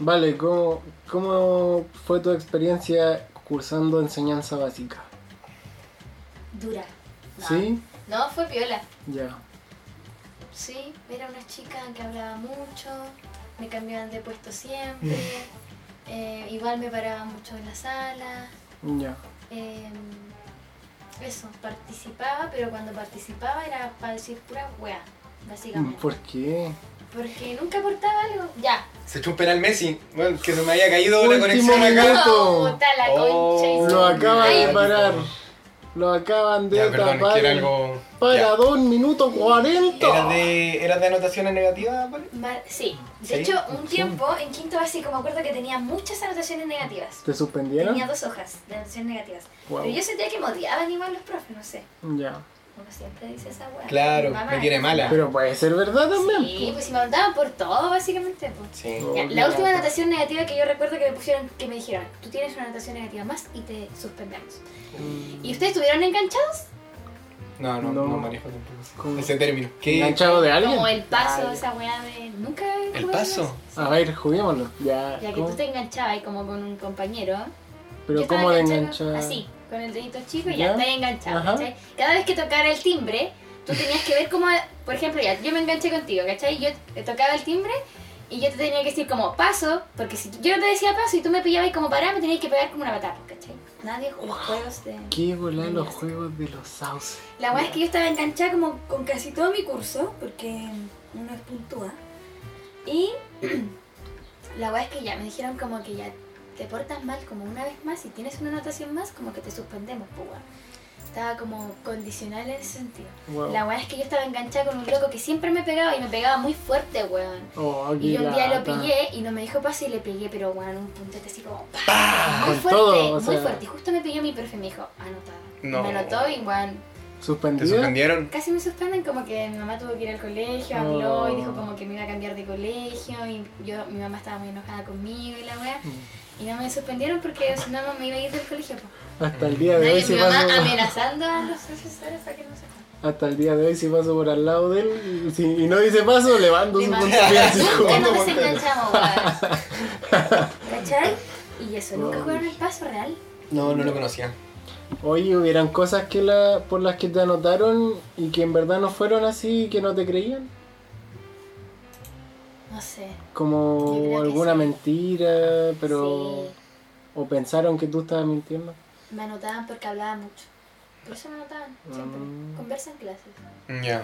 A: Vale, ¿cómo, ¿cómo fue tu experiencia cursando enseñanza básica?
B: Dura. No.
A: ¿Sí?
B: No, fue piola.
A: Ya.
B: Sí, era una chica que hablaba mucho, me cambiaban de puesto siempre,
A: Mm.
B: eh, igual me paraba mucho en la sala.
A: Ya.
B: eh, eso, participaba, pero cuando participaba era para decir pura weá, básicamente.
A: Mm, ¿Por qué?
B: Porque nunca aportaba algo. Ya.
C: Se echó un penal Messi. Bueno, que se me había caído la
A: Último
C: conexión acá.
A: minuto. Esto.
B: No, está la
C: Oh,
B: concha.
A: Lo acaba de
C: Ay.
A: parar. Lo acaban de
C: Ya, perdón, es
A: tapar.
C: que era algo.
A: Para
C: Ya.
A: 2 minutos 40.
C: ¿Era de, ¿Era de anotaciones negativas, ¿vale?
B: y su- Mar- sí. De
C: Sí.
B: hecho, un tiempo en quinto básico me acuerdo que tenía muchas anotaciones negativas.
A: ¿Te suspendieron?
B: Tenía dos hojas de anotaciones negativas.
A: Guau.
B: Pero yo sentía que me odiaban igual los profes, no sé.
A: Ya.
B: Uno siempre dice esa weá.
C: Claro,
B: Mi mamá
C: me tiene
B: es-
C: mala.
A: Pero puede ser verdad también.
B: Sí,
A: po.
B: pues si me mandaban por todo, básicamente. pues.
C: Sí.
B: Ya,
A: Obvio.
B: la última anotación negativa que yo recuerdo que me pusieron, que me dijeron, tú tienes una anotación negativa más y te suspendemos.
C: Mm.
B: ¿Y ustedes estuvieron enganchados?
C: No, no,
A: No.
C: no, manejo tampoco
A: ¿Cómo?
C: ese término. ¿Qué?
A: ¿Enganchado de alguien?
B: Como el paso,
A: Ah, ya.
B: esa weá de... Nunca...
C: ¿El
B: tuve
C: paso?
A: A ver, juguémoslo. Ya,
B: eso. Ya que
A: ¿cómo?
B: tú te enganchabas y como con un compañero. yo
A: Pero
B: estaba
A: ¿cómo de
B: enganchada
A: enganchar?
B: Así, con el dedito chico y
A: Ya.
B: Ah, ya, estaba enganchado,
A: Ajá.
B: ¿cachai? Cada vez que tocara el timbre, tú tenías que ver cómo... Por ejemplo, ya, yo me enganché contigo, ¿cachai? Yo te tocaba el timbre... Y yo te tenía que decir como paso, porque si yo no te decía paso y tú me pillabas y como pará, me tenías que pegar como una patada, ¿cachai? Nadie jugó juegos de...
A: Qué volar los juegos de los sauces.
B: La verdad es que yo estaba enganchada como con casi todo mi curso, porque uno es puntúa. Y la verdad es que ya me dijeron como que ya te portas mal como una vez más y tienes una anotación más, como que te suspendemos, pues weón. Estaba como condicional en ese sentido.
A: Wow.
B: La verdad es que yo estaba enganchada con un loco que siempre me pegaba y me pegaba muy fuerte, weón.
A: Oh, qué
B: Y yo un día lo
A: lata.
B: pillé y no me dijo paso y le pegué, pero weón, un puntete así como ¡pah! Muy
A: Con
B: fuerte,
A: todo, o
B: muy
A: sea.
B: fuerte. Y justo me pilló mi profe y me dijo, anotada.
C: No.
B: Me anotó y weón,
C: ¿Te
A: ¿Suspendido?
C: suspendieron?
B: Casi me suspenden, como que mi mamá tuvo que ir al
A: Oh.
B: colegio, habló y dijo como que me iba a cambiar de colegio y yo, mi mamá estaba muy enojada conmigo y la wea.
A: Mm.
B: Y no me suspendieron porque si no no me iba a ir del colegio. po.
A: Hasta el día de
B: Nadie-
A: hoy si
B: mi mamá
A: paso,
B: amenazando a los profesores para que no se vayan.
A: hasta el día de hoy si paso por al lado de él y, si- y no dice paso, le mando
B: Le
A: su
B: mando-
A: confianza.
B: Nunca nos enganchamos, weón. ¿Cachai? Y eso, nunca
A: Oh.
B: jugaron el paso real.
C: No, no lo conocía.
A: Oye, hubieran cosas que la, por las que te anotaron y que en verdad no fueron así y que no te creían.
B: No sé. Yo creo
A: Como
B: que
A: alguna
B: sí.
A: mentira, pero... O pensaron que tú estabas mintiendo.
B: Sí, me anotaban porque hablaba mucho. Por eso me anotaban, siempre.
A: Mm.
B: Conversa en clases.
C: Mm, Ya.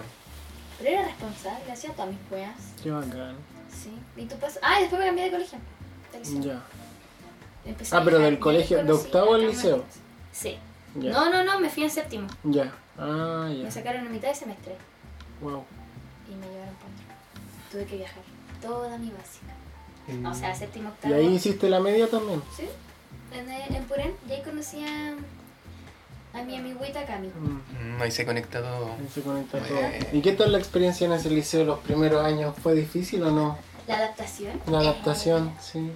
B: Pero era responsable, hacía todas mis weas.
A: Qué bacán.
B: Sí. ¿Y tú pasas? Ah, y después me cambié de colegio. De liceo.
A: Ya.
B: Empecé
A: Ah,
B: a
A: pero
B: dejar-
A: del
B: ya
A: colegio, de
B: conocí
A: octavo al
B: acá en
A: liceo.
B: Martínez. Sí.
A: Ya.
B: No, no, no, me fui en séptimo.
A: Ya. Ah,
B: Me
A: ya.
B: sacaron a mitad de semestre
A: Wow.
B: y me llevaron para otro. Tuve que viajar toda mi básica. O sea, séptimo,
A: Mm. Y
B: octavo.
A: ahí hiciste la media también.
B: Sí. En, eh, en Purén, y ahí conocí a, a mi amiguita Cami.
A: Mm,
C: Mm, ahí se conecta todo.
A: ahí se conecta
C: Muy
A: todo.
C: bien.
A: ¿Y qué tal la experiencia en ese liceo los primeros años? ¿Fue difícil o no?
B: La adaptación.
A: La adaptación,
B: Eh,
A: sí.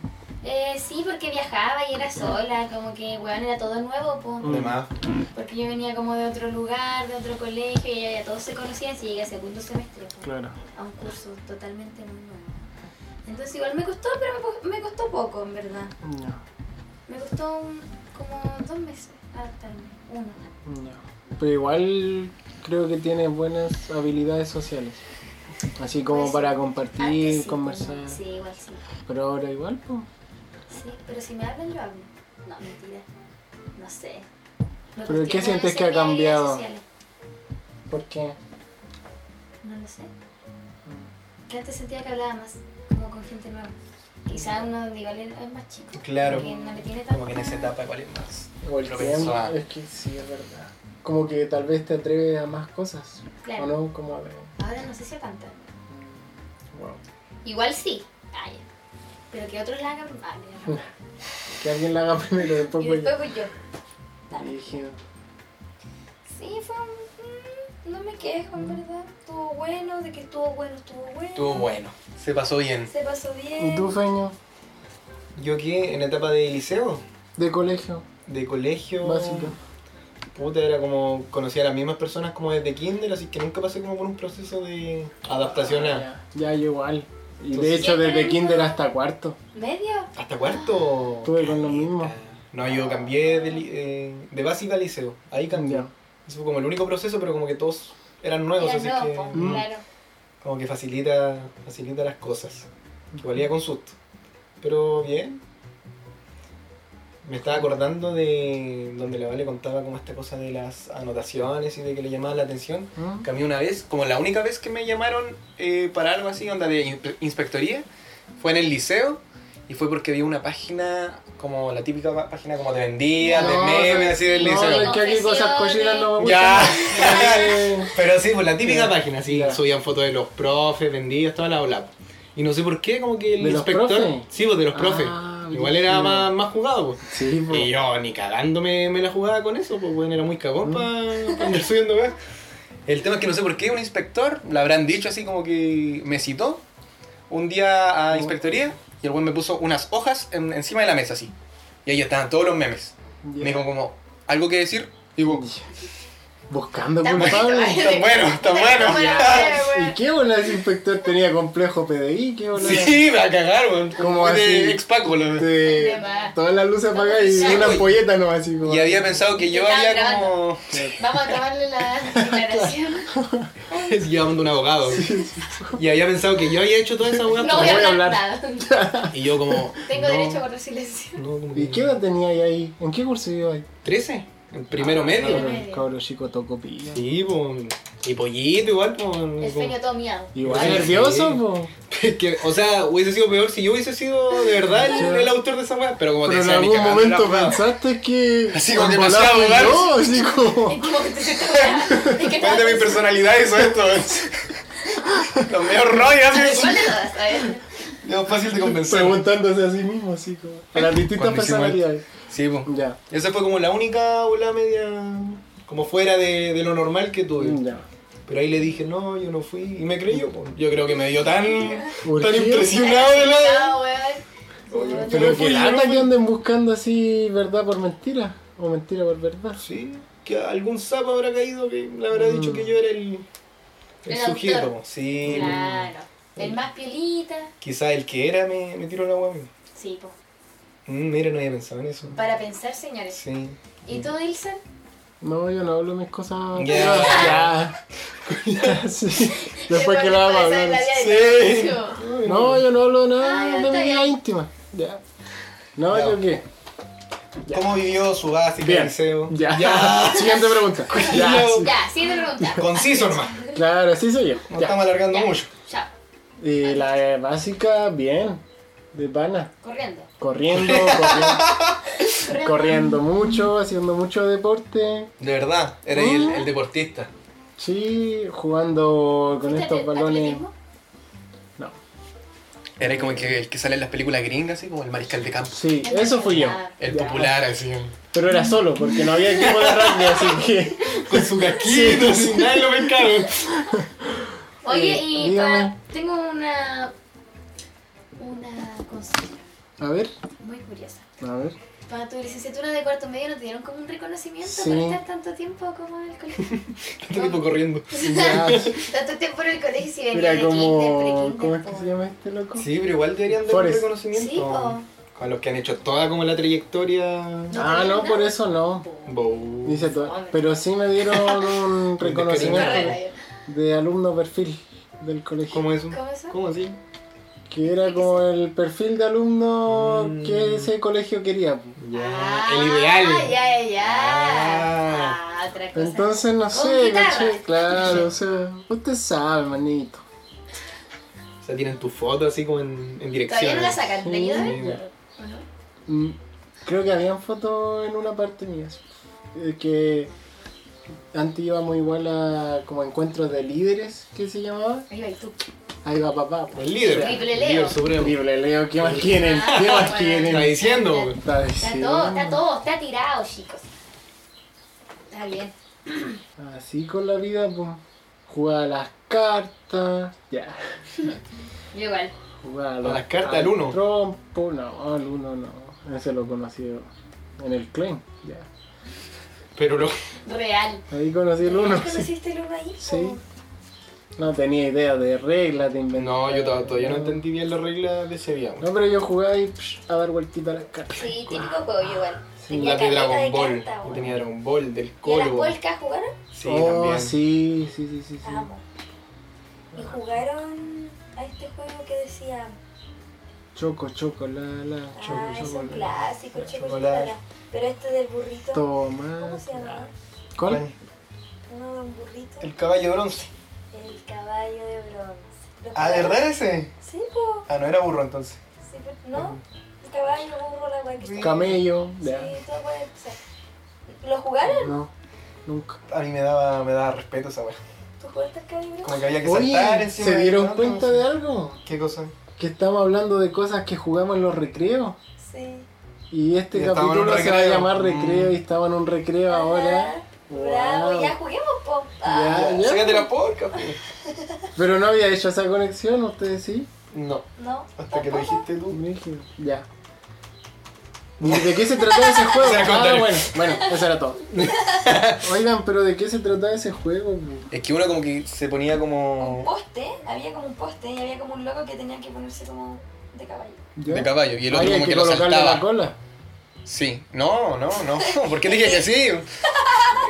B: Eh, sí, porque viajaba y era sola, como que, weón, era todo nuevo, po.
A: Mm.
C: Además,
B: Porque yo venía como de otro lugar, de otro colegio, y ya, ya todos se conocían, si llegué a segundo semestre, po,
A: Claro.
B: a un curso totalmente muy nuevo. Entonces igual me costó, pero me, po- me costó poco, en verdad.
A: Ya.
B: Me costó un- como dos meses adaptarme, uno.
A: Ya. Pero igual creo que tienes buenas habilidades sociales. Así como
B: Pues sí.
A: para
B: Antes
A: compartir,
B: sí,
A: conversar.
B: pues, Sí, igual sí.
A: Pero ahora igual, pues.
B: Sí, pero si me hablan yo hablo. No, mentira. No sé. Me
A: ¿Pero qué
B: cuestiono, no
A: sientes
B: sé
A: que ha
B: mis habilidades
A: cambiado?
B: sociales.
A: ¿Por qué?
B: No lo sé. Que antes sentía que hablaba más como con gente nueva. Quizá uno de igual es más chico.
C: Claro.
B: Que no le tiene
C: como que en esa
B: tanta-
C: etapa, ¿cuál es más?
A: O el
C: Propenso
A: tiempo,
C: a-
A: es que sí, es verdad. Como que tal vez te atreves a más cosas.
B: Claro.
A: ¿O no? Como a ver. mm,
B: Ahora no sé si a tanta.
A: Wow.
B: Igual sí. Ah, ya. Pero que otros la hagan. Ah, mira.
A: Que alguien la haga primero, después
B: Y
A: voy
B: después voy yo.
A: yo. Dije,
B: Sí, fue un... mm, No me quejo, en verdad. Estuvo bueno, de que estuvo bueno, estuvo bueno.
C: Estuvo bueno. Se pasó bien.
B: Se pasó bien.
A: ¿Y tú, Feño?
C: Yo qué, en etapa de liceo,
A: De colegio,
C: de colegio.
A: básico.
C: Puta, era como conocí a las mismas personas como desde kinder, así que nunca pasé como por un proceso de adaptación a...
A: Ah, Ya, ya, yo igual. Y de
C: Entonces-
A: hecho, desde
B: ¿Siempre?
A: kinder hasta cuarto.
B: ¿Medio?
C: ¿Hasta cuarto?
A: Estuve con lo mismo.
C: No, yo cambié de, li- eh, de básica a liceo, ahí cambié.
A: Ya.
C: Ese fue como el único proceso, pero como que todos eran nuevos,
B: Era
C: así
B: nuevo,
C: que
B: po,
A: Mm.
B: pues, claro.
C: como que facilita, facilita las cosas. Igual iba con susto. Pero bien. Me estaba acordando de donde la Vale contaba como esta cosa de las anotaciones y de que le llamaba la atención.
A: ¿Mm?
C: Que a mí una vez, como la única vez que me llamaron eh, para algo así, onda de in- inspectoría, fue en el liceo y fue porque vi una página, como la típica pa- página como de vendía, de
A: No,
C: memes, así del
A: No,
C: liceo.
A: es que aquí cosas cochinas no me gustan.
C: Ya.
A: Eh,
C: Pero sí, pues la típica
A: Ya.
C: página, sí,
A: Ya.
C: subían fotos de los profes, vendidas, toda la bola. Y no sé por qué, como que el
A: ¿De los
C: inspector.
A: profes?
C: Sí, pues de los
A: Ah,
C: profes. Igual
A: brígido.
C: era más, más jugado, pues.
A: Sí, po.
C: Y yo ni cagándome me la jugaba con eso, pues bueno, era muy cagón
A: Mm.
C: para andar subiendo acá. El tema es que no sé por qué un inspector, le habrán dicho así como que me citó un día a inspectoría y el buen me puso unas hojas en- encima de la mesa así. Y ahí estaban todos los memes.
A: Ya.
C: Me dijo como, ¿algo que decir? Digo,
A: Buscando
B: Está
A: culpables.
B: bonito.
C: está bueno, está bueno.
A: ¿Y qué bola ese inspector tenía complejo PDI? ¿Qué bola?
C: Sí, me va a cagar, weón.
A: ¿Cómo
C: Como de
A: así?
C: expaco, la verdad.
A: Te- Este, Todas las luces apagadas y
B: Sí,
A: una
C: güey.
A: ampolleta nomás así como.
C: Y había pensado que yo
B: Estaba
C: había
B: grabando.
C: como.
B: Vamos a tomarle la declaración.
C: Llevando un abogado. Y había pensado que yo había hecho toda esa weá.
B: No voy
A: voy a
B: a
A: hablar.
B: hablar nada.
C: Y yo como.
B: Tengo
C: no,
B: derecho a guardar silencio.
C: No, como
A: ¿Y
C: que-
A: qué edad tenía ahí ahí? ¿En qué curso iba ahí?
C: ¿13? En primero medio.
B: Ah, no.
A: Cabro- Cabro chico tocopilla.
C: Sí, po. Y pollito igual, po.
B: El feño todo miado.
A: Igual
C: Sí.
A: nervioso, po.
C: Es que, o sea, hubiese sido peor si yo hubiese sido de verdad el, el autor de esa weá. Pero como te
A: Pero en
C: decía, ni
A: algún
C: cagando era
A: momento
C: abogado.
A: pensaste que.
C: Así como que
A: en
C: me
A: volada
C: hacía
A: fui
C: abogar.
A: yo, así como.
B: Es como que te sientes weá. Es que
C: Es de mi
B: te
C: personalidad eso esto. Los meos rollos, así.
B: ¿Cuál de todas? A ver.
C: Es fácil de convencer.
A: Preguntándose a sí mismo, así como. A las distintas
C: Cuando hicimos el-
A: personalidades.
C: Sí, po.
A: Ya.
C: Esa fue como la única bola media como fuera de, de lo normal que tuve.
A: Ya.
C: Pero ahí le dije, no, yo no fui. Y me creyó. po. Yo creo que me dio tan, tan
A: Urgido.
C: impresionado de la...
B: No, weón.
C: Yo
A: Pero
C: no
A: que
C: fui, yo no
A: lata
C: fui.
A: que anden buscando así verdad por mentira. O mentira por verdad.
C: Sí, que algún sapo habrá caído que le habrá dicho que yo era el, el,
B: El
C: sujeto.
B: autor.
C: Sí,
B: Claro. El más piolita.
C: quizás el que era me, me tiró la guami.
B: Sí, po.
C: Mm, mira, no había pensado en eso.
B: Para pensar, señores.
C: Sí.
B: ¿Y tú, Ilsen?
A: No, yo no hablo mis cosas.
C: Ya.
A: Ya. Ya, sí. Después que lo vamos a hablar.
C: Sí.
A: No, yo no hablo nada
B: Ah, ya,
A: de
B: está
A: mi vida
B: bien.
A: íntima. Ya. No,
C: Ya.
A: yo qué. Ya.
C: ¿Cómo vivió su básica
A: Bien.
C: el liceo?
A: Ya. Siguiente pregunta. Ya.
C: Cuidado.
B: Ya, siguiente pregunta.
C: Conciso, hermano.
A: Claro, sí soy yo.
C: No
A: Ya.
C: estamos alargando
B: Ya.
C: mucho.
B: Chao.
A: Y la básica, bien. De pana.
B: Corriendo.
A: Corriendo, corriendo, corriendo mucho, haciendo mucho deporte.
F: De verdad, era ahí
B: Ah.
F: el, el deportista.
A: Sí, jugando con
B: ¿Fuiste
A: estos
B: atle-
A: balones.
B: atletismo?
A: No.
F: Era ahí como el que, el que sale en las películas gringas, así como el mariscal de campo.
A: Sí, eso fui yo.
B: Ah,
F: El
A: Ya.
F: popular, así.
A: Pero era solo, porque no había equipo de rugby, así que.
C: Con su casquito, sin nadie lo pescaron.
B: Oye,
A: Eh,
B: y
A: dígame.
B: pa- tengo una. Una consulta
A: A ver,
B: muy curiosa.
A: a ver.
B: Para tu licenciatura de cuarto medio no te dieron como un reconocimiento
A: Sí.
B: por estar tanto tiempo como en el colegio.
C: Tanto tiempo corriendo.
A: Ya.
B: tanto tiempo en el colegio si venía
A: Mira,
B: de kinder,
A: como.
B: pre-kinder,
A: ¿Cómo es que
B: po.
A: se llama este loco?
C: Sí, pero igual deberían dar un
A: Forrest.
C: reconocimiento.
B: Sí, po.
C: A los que han hecho toda como la trayectoria.
A: Ah, no, por eso no.
C: Bow.
A: Dice todo. Pero sí me dieron un
B: Carrera,
A: reconocimiento
B: yo.
A: de alumno perfil del colegio.
C: ¿Cómo eso?
B: ¿Cómo eso?
C: ¿Cómo así?
A: Que era como el perfil de alumno
C: Mm.
A: que ese colegio quería. po.
C: Ya, el ideal.
B: Ah, ya, ya, ya.
C: Ah.
B: Ah, otra cosa.
A: Entonces, no
B: Con
A: sé,
B: guitarra.
A: caché. Claro, o sea, usted sabe, manito.
C: O sea, tienen tu foto así como en, en dirección.
B: Todavía no la sacan, ¿te ayuda a ver?
C: Sí. pues.
B: ¿O no?
A: Mm, Creo que habían fotos en una parte mía. sí. Eh, Que antes íbamos igual a como encuentros de líderes, que se llamaba.
B: Ahí va, y tú.
A: Ahí va papá. po.
C: El líder.
B: Triple
C: El
B: Leo.
C: líder supremo.
A: Horrible, Leo, ¿qué más quieren? ¿Qué más
C: Está
A: quieren?
C: diciendo, pues, güey.
A: Está
B: Ah, Está
A: diciendo.
B: todo, está todo, está tirado, chicos. Está bien.
A: Así con la vida, pues. Jugaba a las cartas. Ya.
B: Yo igual.
A: Jugaba a,
C: A las cartas, al uno.
A: Trompo, no, al uno no. Ese lo conocí en el clan. Ya.
C: Pero lo-
B: Real.
A: Ahí conocí el uno. sí.
B: ¿Conociste Ah, el uno ahí?
A: Sí. No tenía idea de reglas, de inventar.
C: No, yo to- todavía no entendí bien las reglas de ese día, pues. güey.
A: No, pero yo jugaba ahí psh, a dar vueltitas a las cartas.
B: Sí, típico juego yo igual.
A: Sí.
B: Tenía
C: La de
B: caleta
C: Dragon Ball.
B: carta,
C: Yo
B: weón.
C: tenía Dragon Ball, del
B: ¿Y a las
C: Colo.
B: polcas jugaron?
C: Sí,
A: oh,
C: también.
A: sí, sí, sí, sí. sí.
B: Amo. Y jugaron a este juego que decía.
A: Choco, choco, la, la, choco,
B: Ah, es un
A: choco,
B: clásico,
C: la-
B: chico,
C: chocolate. Ah.
B: chocolate. Pero este del burrito.
A: Toma.
B: ¿Cómo se llama?
A: ¿Cuál?
B: Uno de un burrito.
C: El caballo bronce.
B: El caballo de bronce. Los
C: Ah, ¿de ¿verdad ese?
B: Sí, po.
C: Ah, no era burro entonces.
B: Sí, pero- ¿no? El caballo, burro, la weá que está-
A: Camello.
B: Sí,
A: Ya.
B: todo puede ser. ¿Lo jugaron?
A: No, nunca.
C: A mí me daba, me daba respeto esa weá.
B: ¿Tú jugaste al caballo?
C: Como que había que saltar
A: Oye,
C: encima.
A: ¿se
C: de
A: dieron
C: tanto,
A: cuenta
C: sí.
A: de algo?
C: ¿Qué cosa?
A: Que estamos hablando de cosas que jugamos en los recreos.
B: Sí.
A: Y este
C: Y estaba en un
A: capítulo se va a
C: recreo.
A: llamar recreo
C: Mm.
A: y estaba en un recreo ahora.
B: Ajá. Ah, Bravo,
A: Wow.
B: ya juguemos, po. Ah,
A: Ya, ya.
C: Sácate la porca, pues.
A: Pero no había hecho esa conexión, ustedes sí.
C: No,
B: No.
C: hasta que lo dijiste tú.
A: Brígido. Ya. ¿Y ¿De qué se trataba ese juego?
C: Eso era
A: Ah,
C: contar.
A: bueno, bueno, eso era todo. Oigan, pero ¿de qué se trataba ese juego? po?
F: Es que uno como que se ponía
B: Un
F: como
B: poste, había como un poste y había como un loco que tenía que ponerse como de caballo.
A: ¿Ya?
F: de caballo y el otro
A: Había
F: como
A: que
F: que lo
A: colocarle la
F: saltaba.
A: cola.
F: Sí, no, no, no. ¿Por qué dije que sí? El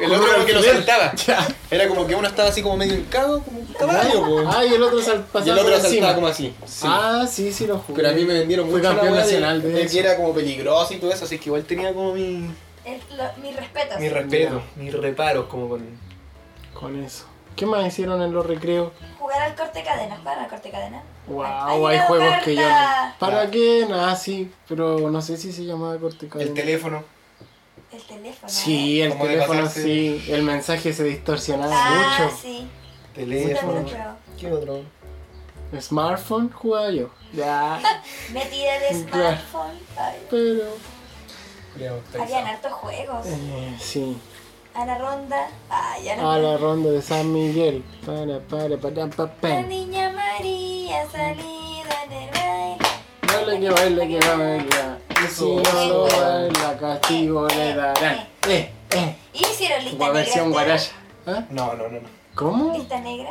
A: Como un
F: otro como que lo
A: alfiler.
F: saltaba. Era como que uno estaba así como medio hincado, como un caballo, po.
A: Ah, y el otro sal
F: Y el
A: pasaba por
F: otro saltaba
A: encima.
F: como así. Sí.
A: Ah, sí, sí lo jugué.
F: Pero a mí me vendieron
A: Fue
F: mucho la
A: campeón
F: weá de-
A: nacional
F: de,
A: de eso.
F: que era como peligroso y todo eso, así que igual tenía como mi...
B: El- lo- mis respetos.
C: Mi respeto, mis reparos como con...
A: Con eso. ¿Qué más hicieron en los recreos?
B: Jugar al corte cadena, jugaron al corte cadena.
A: Wow,
B: Ay,
A: hay
B: la
A: juegos que yo no.
B: carta.
A: ¿Para qué? Nada, sí, pero no sé si se llamaba corte
C: El
A: cadena.
C: teléfono.
B: El teléfono.
A: Sí,
B: ¿eh?
A: el
C: Como de
A: teléfono
C: pasarse.
A: sí. El mensaje se distorsionaba
B: Ah,
A: mucho.
B: sí. Sí, también
C: Teléfono.
B: lo probé.
C: ¿Qué otro?
A: Smartphone jugaba yo. Ya,
B: Me tiré de
A: Claro.
B: smartphone. Ay,
A: pero.
C: Creo,
B: habían hartos juegos.
A: eh, sí.
B: a la ronda. Ay, a la,
A: A la ronda de San Miguel. Para, para, para, para,
B: La
A: para.
B: niña María salida en el baile.
A: Dale que baila, que baila. Y si no lo baila, castigo le darán. Eh, eh.
B: Y hicieron lista
A: Gua-
B: negra.
A: versión
B: ustedes?
A: guaraya. ¿Ah?
C: No, no, no, no.
A: ¿Cómo?
B: Lista negra.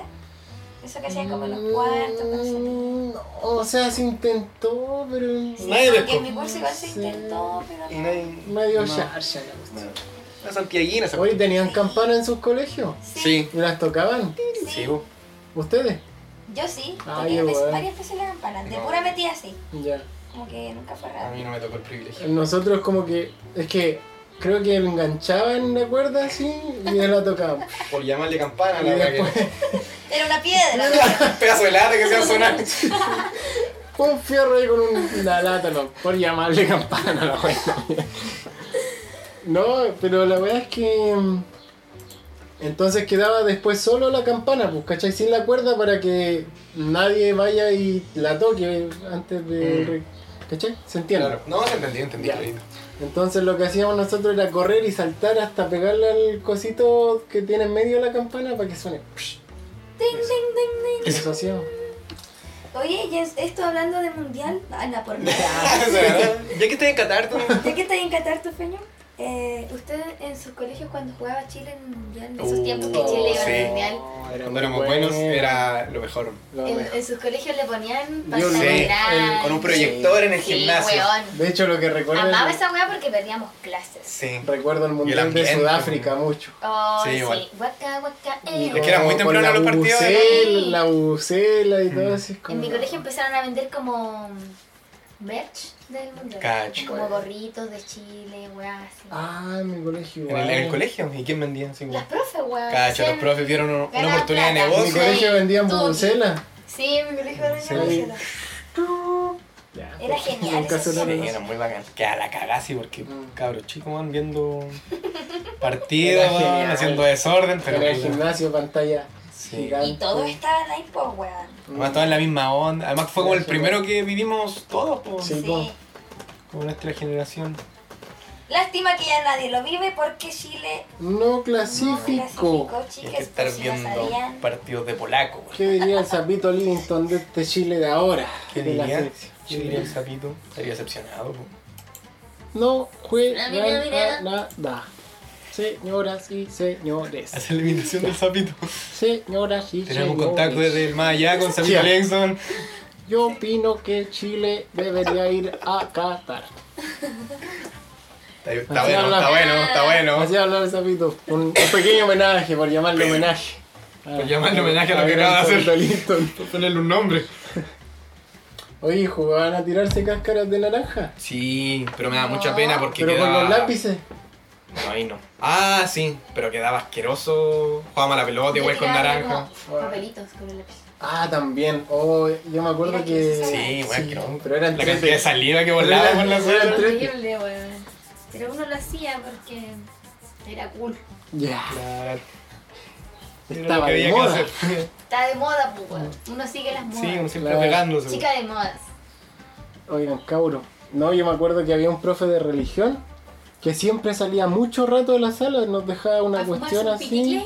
B: Eso que hacían como en los cuartos. no sé.
A: Mm, O sea, se intentó, pero.
B: Sí,
C: Nadie
B: porque
C: pescó.
B: en mi curso igual se
A: Sí.
B: intentó, pero
C: Y
B: no.
C: nadie-
A: Medio
C: no,
A: charcha la
C: no.
A: cuestión.
C: Las santiaguinas.
A: Oye, ¿tenían campana en sus colegios?
F: Sí.
A: ¿Y las tocaban?
B: Sí,
C: Sí, vos.
A: ¿Ustedes?
B: Yo sí,
A: Ah,
B: toqué
A: yo
B: veces-
A: igual.
B: varias veces la campana, de
C: No.
B: pura metida así,
A: Ya.
B: como que nunca fue
C: A
B: raro.
C: mí no me tocó el privilegio.
A: Nosotros como que. Es que creo que enganchaban la cuerda así y ya la tocaban.
C: Por llamarle campana a
A: Y
C: la verdad
A: después.
B: Era una piedra,
C: que. Un pedazo de lata que se va a sonar.
A: Un fierro ahí con un- una lata, no, por llamarle campana a la wea. No, pero la verdad es que. mm, Entonces quedaba después solo la campana, pues, ¿cachai? Sin la cuerda para que nadie vaya y la toque antes de.
C: Mm.
A: re- ¿cachai? ¿Se entiende?
C: Claro. No, se entendió, entendí,
A: Ya.
C: clarito.
A: Entonces lo que hacíamos nosotros era correr y saltar hasta pegarle al cosito que tiene en medio de la campana para que suene.
B: Ting, ting, ting, ting.
A: Eso hacíamos.
B: Oye, y es- esto hablando de mundial, ah, no, por
C: O sea, ya que estás en Qatar, tú.
B: Ya que estás en Qatar, tu feño, eh, ¿usted en sus colegios cuando jugaba Chile en el mundial, en esos
C: Uh,
B: tiempos que Chile iba
C: sí.
B: al mundial,
C: Cuando éramos buenos era lo mejor.
A: Lo
B: en,
A: mejor.
B: en sus colegios le ponían
A: Yo
B: pantalla
C: sé,
B: grande?
C: Con un proyector en el
B: Sí,
C: gimnasio.
B: weón.
A: De hecho, lo que recuerdo.
B: Amaba esa weá porque perdíamos clases.
C: Sí.
A: Recuerdo el Mundial de
C: ambiente,
A: Sudáfrica
C: como-
A: mucho.
B: Oh,
C: Sí,
B: sí,
C: igual.
B: guaca, guaca, eh.
C: Es que era muy
A: Con
C: temprano
A: la
C: los partidos, Mm. ¿no?
A: bubucela, La bubucela y todo así.
B: En
A: como-
B: mi colegio empezaron a vender como mm, merch del mundial.
C: Cacho.
B: Como gorritos de Chile, weá, así.
A: Ah, en mi colegio.
C: En el, en
A: igual.
C: el colegio. ¿Y quién vendía? así como-
B: Las profes, weá.
C: Cacho, los
B: hacían-
C: profes vieron una, una
B: Ganan
C: oportunidad de
B: plata.
A: En mi
C: negocio.
A: colegio
B: Sí,
A: vendían
B: todo.
A: bubucela.
B: Sí, en mi colegio era
C: Sí.
B: una Era
A: pues,
B: genial
A: Nunca
B: esa
A: se lo
C: Sí,
B: serie.
A: recuerdo.
C: era muy bacán. Que a la cagá, sí, porque
A: Mm.
C: cabros chicos van viendo partidos,
A: Era genial.
C: van haciendo desorden, pero.
A: En el gimnasio, pantalla
C: Sí.
B: Y todo
A: gigante.
B: estaba ahí, pues, weá.
C: Además, todos en la misma onda. Además, fue como el primero que vivimos todos, po,
A: Sí. po.
B: Sí.
C: como nuestra generación.
B: Lástima que ya nadie lo vive porque Chile
A: No
B: no
A: clasificó.
B: clasificó,
C: Y hay que
B: chicas,
C: estar
B: por si no
C: viendo
B: sabían.
C: partidos de polaco, güey.
A: ¿Qué diría el sapito Livingston de este Chile de ahora?
C: ¿Qué
A: De la
C: diría?
A: selección.
C: Yo diría el sapito. Estaría decepcionado, po.
A: No juega
B: Ah, mira, mira.
A: nada. Señoras y señores.
C: Hacer la eliminación del sapito.
A: Señoras y
C: Tenemos
A: señores.
C: contacto desde el más allá con Sapito
A: Ya.
C: Lexon.
A: Yo opino que Chile debería ir a Qatar.
C: Está, está bueno, está bueno, está bueno.
A: Así hablar el sapito. Un, un pequeño homenaje, por llamarle homenaje.
C: Por llamarle homenaje a lo que acaba de hacer.
A: Livingston.
C: Ponerle un nombre.
A: Oye, ¿jugaban a tirarse cáscaras de naranja?
C: Sí, pero me da mucha
B: No.
C: pena porque
A: Pero con
C: quedaba...
A: los lápices.
C: No, ahí no. Ah, sí, pero quedaba asqueroso. Jugábamos a la pelota igual con
B: tiraban
C: naranja.
B: como Papelitos con el lápiz.
A: Ah, también. Oh, yo me acuerdo
B: Mira que se
A: que.
C: Sí, igual asqueroso.
A: pero eran
C: La cantidad de
A: tres.
C: salida que volaba por la
A: Era
C: suela.
A: entrete.
B: Horrible, weón. Pero uno lo hacía porque era cool.
A: Ya.
C: Claro. Era lo
A: Estaba
C: que
A: de
C: había que
A: moda.
C: hacer.
B: Está de moda, pues, weón. Uno sigue las modas.
C: Sí, como siempre
A: Claro.
C: pegándose.
B: Chica de modas.
A: Oigan, cabro. No, yo me acuerdo que había un profe de religión que siempre salía mucho rato de la sala, nos dejaba una
B: ¿A fumarse
A: cuestión
B: un
A: así.
B: pitiquín?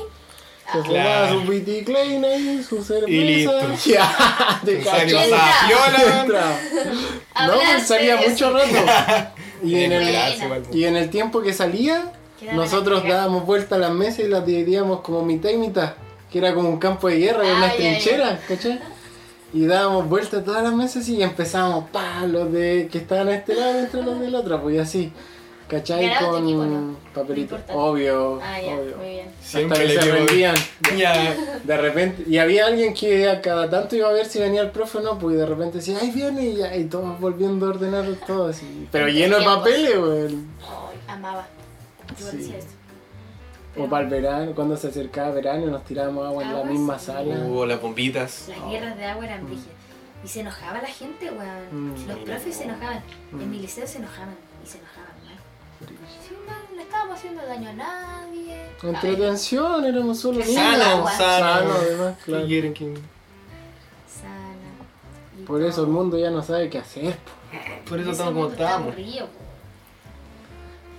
A: Se fumaba
C: Claro.
A: su Witty Klein ahí, su cerveza.
C: listo.
A: Ya, te
C: Pensaba que
A: caché.
C: pasaba
B: Chica.
C: piola, man.
A: Entra. No,
B: Hablaste
A: pues salía
B: de
A: mucho
B: eso.
A: rato. Y en, el,
C: Gracias, igual.
A: y en el tiempo que salía,
B: Quedaba
A: nosotros
B: la cagada.
A: dábamos vuelta a las mesas y las dividíamos como mitad y mitad, que era como un campo de guerra y
B: Ah, ya, ya.
A: unas trincheras, ¿cachai? Y dábamos vuelta a todas las mesas y empezábamos, pa, los de que estaban a este lado entre los del otro, pues y así, ¿cachai?
B: Ganaba tu
A: Con
B: equipo, ¿no?
A: papelitos,
B: Importante.
A: obvio,
B: Ah, ya,
A: obvio.
B: muy bien.
A: Hasta
C: Siempre
A: que
C: le
A: se
C: dio-
A: rendían.
C: Ya.
A: De repente, y había alguien que a cada tanto iba a ver si venía el profe o no, pues y de repente decía, ay, viene, y, ya, y todos volviendo a ordenar todo así. Pero lleno de
B: Tiempos.
A: papeles, weón.
B: Ay, amaba. Yo
A: Sí.
B: hacía eso.
A: O
B: Pero
A: para el verano, cuando se acercaba verano nos tirábamos agua en la
B: Agua,
A: misma
B: sí.
A: sala.
C: Uh, las bombitas.
B: Las guerras de agua eran brígidas. Y se enojaba la gente, weón.
A: Mm.
B: Los profes se enojaban. En
A: Mm.
B: mi liceo se enojaban. Y se enojaban mal. Sí, mal, no estábamos haciendo daño a nadie. Ay,
A: Entretención, éramos solo niños.
B: Sano,
A: Sano,
C: sano.
A: además, claro.
C: quieren que.?
B: sana. Y
A: Por eso el
B: todo.
A: mundo ya no sabe qué hacer. po.
C: Por eso
B: Ese
C: estamos como
B: mundo está
C: estamos.
B: aburrido, po.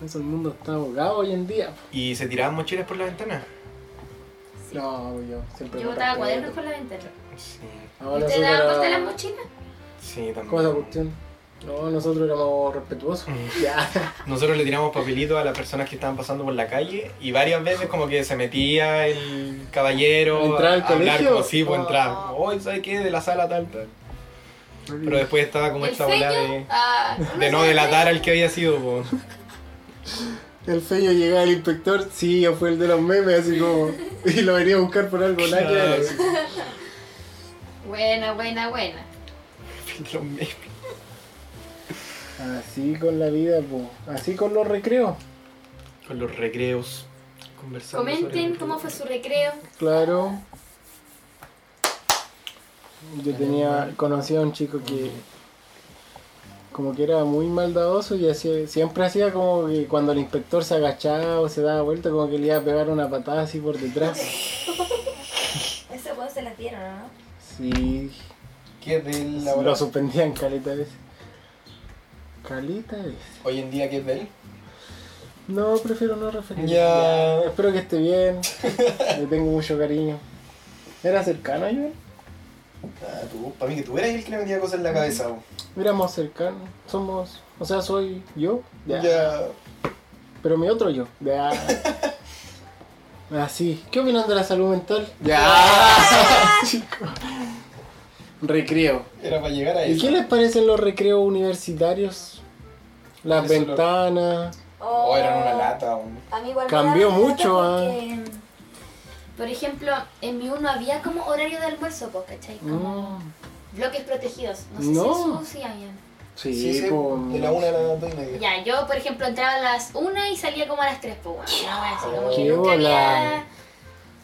A: Eso el mundo está abogado hoy en día.
C: ¿Y se tiraban mochilas por la ventana?
B: Sí.
A: No, yo siempre.
B: Yo
A: me
B: botaba
A: respeto.
B: cuadernos por la ventana.
C: Sí,
A: No,
B: ¿Te
A: nosotros
B: daban vuelta las
A: éramos-
B: mochilas?
C: sí, también.
A: ¿Cómo es la cuestión? No, nosotros éramos respetuosos. Ya.
C: Nosotros le tiramos papelitos a las personas que estaban pasando por la calle y varias veces como que se metía el caballero
A: ¿Entraba al
C: a hablar
A: colegio?
C: como sí, pues
A: Ah.
C: entraba. Hoy, ¿sabes qué? De la sala tal, tal. Pero después estaba como
B: ¿El
C: esta bola
B: sello?
C: de,
B: Ah,
C: de no
B: sé,
C: delatar al que había sido, po.
A: El feño llegaba el inspector, sí, yo fui el de los memes, así como. Y lo venía a buscar por algo, nada que ver.
B: Buena, buena, buena.
C: Los memes.
A: Así con la vida, po. Así con los recreos.
C: Con los recreos. Conversando sobre
B: Comenten
C: los
B: cómo fue
C: recreos.
B: su recreo.
A: Claro. Yo tenía, conocía a un chico que como que era muy maldadoso y hacía, siempre hacía como que cuando el inspector se agachaba o se daba vuelta como que le iba a pegar una patada así por detrás.
B: Ese weón se las dieron, ¿no?
A: Sí,
C: ¿Qué es del
A: lo suspendían caleta vez. Calita vez.
C: Hoy en día, ¿qué es del?
A: No, prefiero no referirme.
C: Ya.
A: Espero que esté bien. Le tengo mucho cariño. ¿Era cercano yo?
C: Ah, tú, para mí que tú eras el que le metía cosas en la cabeza, po.
A: Éramos cercanos. Somos, o sea, soy yo. Pero mi otro yo. Ya. Así. ¿Qué opinan de la salud mental? Ya. Chicos. Recreo.
C: Era para llegar a
A: ¿Y
C: eso.
A: qué les parecen los recreos universitarios? Las
C: Eso lo-
A: ventanas.
C: O eran Oh, una lata, o un-
B: Oh, A mí igual me
A: Cambió
B: daba lata
A: mucho, ah.
B: porque, mm, Por ejemplo, en mi uno había como horario de almuerzo, pues, ¿cachai? Como
A: Mm.
B: bloques protegidos. No sé
A: No.
B: si en su sí había.
A: Sí,
C: sí,
A: po.
C: de la una a las dos y media.
B: Ya, yo por ejemplo entraba a las 1 y salía como a las 3, pues, bueno, una wea así, como que
A: Qué
B: nunca
A: bola.
B: había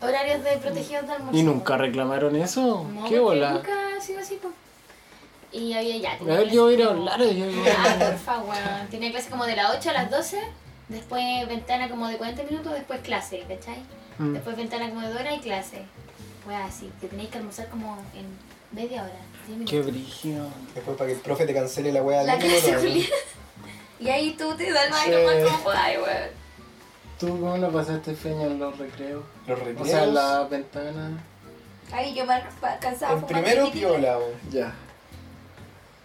B: horarios de protegidos de almuerzo.
A: ¿Y
B: po.
A: nunca reclamaron eso?
B: No,
A: ¿Qué
B: porque
A: bola?
B: Nunca ha sido así, pues. Y había ya.
A: A ver, yo voy a ir a hablar. yo voy a ir a
B: Ah,
A: hablar.
B: porfa, weón. Tenía clase como de las 8 a las 12, después ventana como de 40 minutos, después clase, ¿cachai?
A: Mm.
B: Después ventana como de 2 horas y clase. Pues así, que tenéis que almorzar como en media hora, 10
A: Qué
B: minutos.
A: brígido.
C: Después para que el profe te cancele la weá
B: La
C: del
B: clase,
C: número,
B: Julián. Y ahí tú te das más
C: Sí.
B: nomás como ay, weón.
A: ¿Tú cómo lo pasaste feña en los recreos?
C: Los
A: O
C: recreos.
A: sea, la ventana.
B: Ay, yo me cansaba
C: el primero piola, bo,
A: Ya.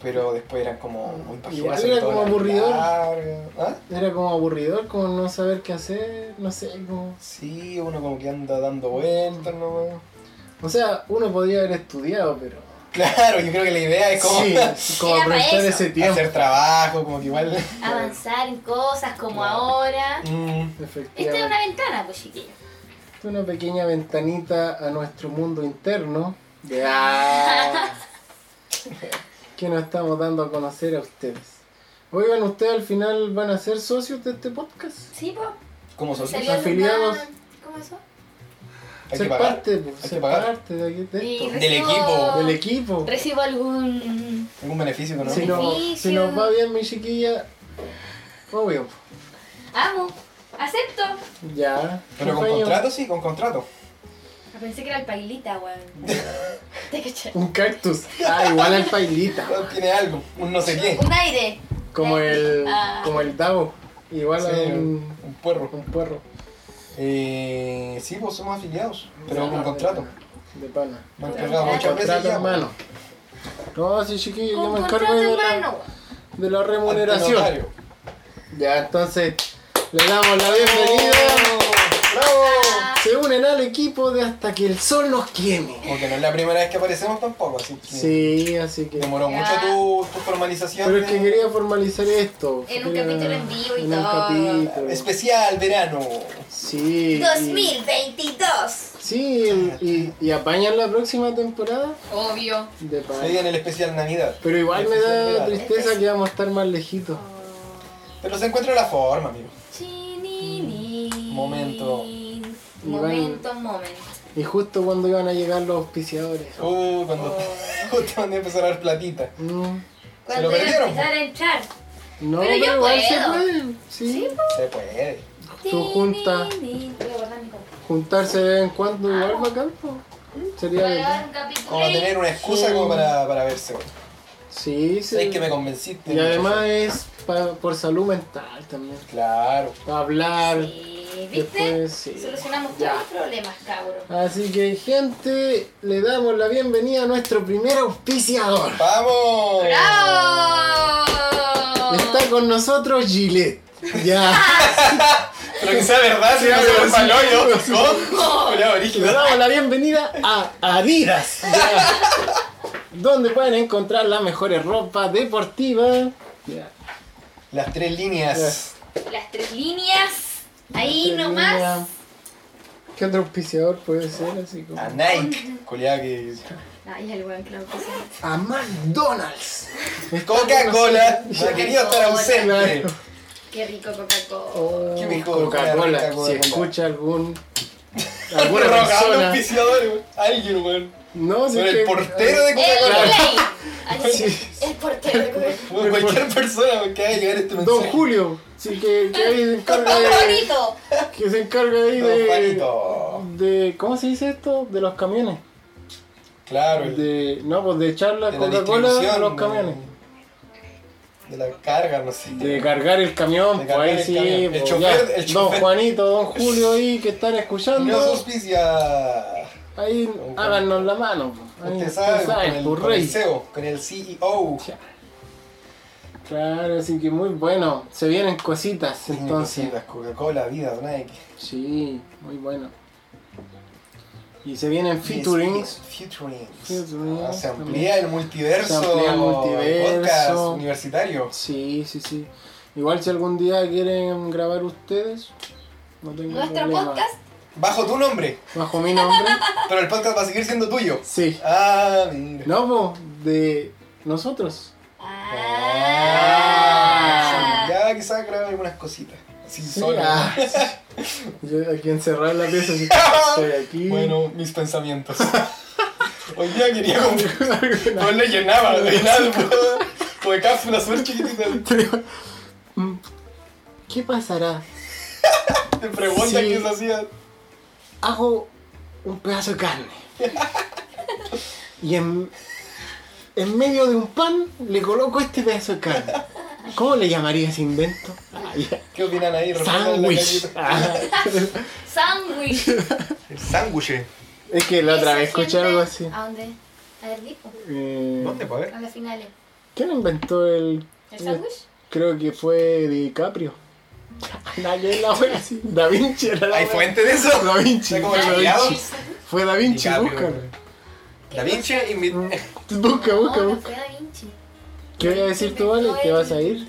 C: pero después eran como muy
A: Igual
C: pajeras. sobre
A: era
C: todo
A: como
C: las
A: aburridor.
C: largas. ¿Ah?
A: Era como aburridor, como no saber qué hacer, no sé, como...
C: Sí, uno como que anda dando vueltas, ¿no? weón?
A: O sea, uno podía haber estudiado, pero...
C: Claro, yo creo que la idea es como
A: Sí, como
B: Era para
A: aprovechar
B: eso.
A: ese tiempo.
C: hacer trabajo, como que igual.
B: Avanzar en cosas como ahora.
C: Mm,
B: Esta es
A: Efectivamente.
B: una ventana, pues chiquillo.
A: Una pequeña ventanita a nuestro mundo interno.
C: ah.
A: Ya. que nos estamos dando a conocer a ustedes. Oigan, ¿ustedes al final van a ser socios de este podcast?
B: Sí, pues.
C: como son
B: Salió el
A: afiliados.
B: Hernán. ¿Cómo eso?
C: Hay que
A: ser
C: pagar.
A: parte, pues,
C: que
A: ser
C: pagar.
A: parte de, aquí- de
B: Y
A: esto.
C: Del equipo.
A: Del equipo.
B: Recibo algún
C: Algún beneficio, ¿no?
A: Si,
B: no.
A: nos- si nos va bien, mi chiquilla, obvio.
B: Amo. Acepto. Ah,
A: Ya.
C: Pero con
A: compañero.
C: contrato, sí, con contrato.
B: Pensé que era el pailita, weón. Te caché.
A: Un cactus. Ah, igual al pailita.
C: Tiene algo, un no sé qué.
B: Un aire.
A: Como el.
B: Ah.
A: Como el davo. Igual a
C: Sí,
A: un,
C: un puerro.
A: un puerro.
C: Eh, sí, vos somos afiliados, pero con
A: De
C: contrato.
A: pana, De pana.
C: Me han cargado
B: Con
C: muchas veces
A: Contrato
C: ya.
A: en mano. No, sí, chiquillo, yo
B: Con
A: me
B: contrato
A: encargo de
B: en
A: la,
B: mano.
A: de la
C: Ante
A: remuneración.
C: notario.
A: Ya, entonces, le damos la
B: Oh.
A: bienvenida.
C: ¡Bravo!
A: Se unen al equipo de hasta que el sol nos queme.
C: Porque no es la primera vez que aparecemos tampoco, así que
A: Sí, así que.
C: demoró
B: Ya.
C: mucho tu, tu formalización.
A: Pero es
C: de-
A: que quería formalizar esto.
B: En un
A: Quería-
B: capítulo en vivo y
A: en un
B: todo.
A: capítulo.
C: Especial verano.
A: Sí. y-
B: 2022.
A: Sí, el- y, y apañan la próxima temporada
B: Obvio.
A: de pan.
C: Se viene en el especial Navidad.
A: Pero igual me da
C: Especial
A: tristeza que vamos a estar más lejitos.
C: Pero se encuentra la forma, amigo.
B: Chininin.
C: Momento.
B: Momento, momento.
A: Y justo cuando iban a llegar los auspiciadores.
C: Uh, cuando
B: Oh.
C: justo cuando empezó a dar platita.
A: Mm,
C: Se
B: Cuando iba
C: lo
B: a
C: perdieron,
B: empezar a entrar.
A: No,
B: Pero
A: pero,
B: yo
A: igual se
B: puedo.
A: puede. Sí.
C: Se puede.
A: Tú junta,
B: Chininin. Voy a guardar mi copa.
A: juntarse de vez en cuando
B: Ah.
A: igual bacán, po.
B: Voy a grabar
A: Sería.
B: un capítulo.
C: Como tener una excusa
A: Sí.
C: como para, para verse.
A: Sí,
C: Sabes
A: sí.
C: que me convenciste.
A: Y además es pa- por salud mental también.
C: Claro.
A: Para hablar.
B: Sí, ¿viste?
A: Después, sí.
B: Solucionamos todos
A: Ya.
B: los problemas, cabro.
A: Así que, gente, le damos la bienvenida a nuestro primer auspiciador.
F: ¡Vamos!
B: ¡Bravo!
A: Está con nosotros Gillette. Ya.
F: Pero que sea verdad, si no se lo paló yo. ¿No? Ya,
A: Le
F: original.
A: damos la bienvenida a Adidas. Ya. Donde pueden encontrar la mejor ropa deportiva. Ya.
C: Las tres líneas.
B: Las tres líneas. Ahí
A: Tenía-
B: nomás.
A: ¿Qué otro auspiciador puede ser? Así como...
F: A Nike. Culiada que.
B: Ay, el weón, claro que sí.
A: A McDonald's. Está con
F: Coca-Cola.
A: nosotros-
F: No ha querido estar ausente.
A: Claro.
B: Qué rico Coca-Cola.
A: Oh,
F: Qué mejor, una
A: Coca-Cola.
F: rica
A: Si
F: Coca-Cola.
A: escucha algún.
F: Alguna
A: Alguna
F: rogando
A: persona.
F: auspiciador, weón. Alguien, weón.
A: No, si
F: Con
A: es
F: el
A: que-
F: portero de
B: ¡El
F: Coca-Cola.
B: play! Así,
A: Sí.
B: El portero de Coca-Cola.
F: Weón, Cualquier persona weón, que haga llegar este
A: Don
F: mensaje.
A: Julio. Sí, que, que ahí se encarga
B: ¡Don
A: de.
B: Juanito!
A: Que se encarga ahí
F: Don
A: de.
F: Juanito.
A: de ¿Cómo se dice esto? De los camiones.
F: Claro, el-
A: De, no, pues de echar la
F: de la
A: Coca-Cola a
F: distribución,
A: los
F: de-
A: camiones.
F: De la carga, no sé.
A: De cargar el camión,
F: De
A: pues
F: cargar
A: ahí
F: el
A: sí.
F: camión. El
A: pues,
F: chofer-
A: ya.
F: el
A: Don
F: chofer.
A: Juanito, Don Julio ahí que están
F: No
A: escuchando.
F: auspicia.
A: Ahí
F: Don
A: háganos la mano. pues. Ahí,
F: Usted sabe, con, el,
A: tu
F: con el
A: rey.
F: CEO, con el E CEO.
A: Claro, así que muy bueno. Se vienen cositas entonces.
F: Entonces, Coca-Cola, vida, Nike.
A: Sí, muy bueno. Y se vienen featurings.
F: Featurings.
A: Featurings,
F: Ah, se
A: también.
F: amplía el multiverso.
A: Se amplía el multiverso.
F: Podcast universitario.
A: Sí, sí, sí. Igual si algún día quieren grabar ustedes, no tengo
B: Nuestro
A: problema.
B: podcast.
F: Bajo tu nombre,
A: Bajo mi nombre.
F: pero el podcast va a seguir siendo tuyo.
A: Sí.
F: Ah, mira.
A: No, po, de nosotros.
F: Ah,
B: Ah.
F: ya quizás grabar algunas cositas. Así
A: Sí,
F: solo.
A: ah, sí. Yo aquí encerrar la pieza, así, estoy aquí.
F: Bueno, mis pensamientos. Hoy día quería comprar.
A: Alguna-
F: Pues le llenaba, le llenaba el poder. Como de cápsula súper chiquitita.
A: Mm, ¿Qué pasará?
F: Te preguntan
A: Sí.
F: qué se hacía.
A: Hago un pedazo de carne. Y en, en medio de un pan le coloco este pedazo de carne. ¿Cómo le llamaría ese invento? Ah, ya.
F: ¿Qué opinan ahí? Respondan en la
A: Sándwich.
F: cajita.
A: Ah.
B: Sándwich.
F: El sándwich.
A: Es que la otra
B: Esa
A: vez escuché
B: gente-
A: algo así.
B: ¿A dónde? A ver, Dipo.
A: Eh,
F: ¿Dónde, pa' ver?
B: A las finales.
A: ¿Quién inventó el
B: ¿El sándwich?
A: Creo que fue DiCaprio. Nadie es la wea así. Da Vinci era la
F: ¿Hay
A: wea.
F: fuente de eso?
A: Da Vinci.
F: Está como el
A: Da
F: sellado.
A: Vinci. Fue Da Vinci, búscalo.
F: Da Vinci y mi...
A: Busca, busca,
B: No, no
A: busca.
B: fue Da Vinci.
A: ¿Qué voy a decir tú, Vale? ¿Te vas a ir?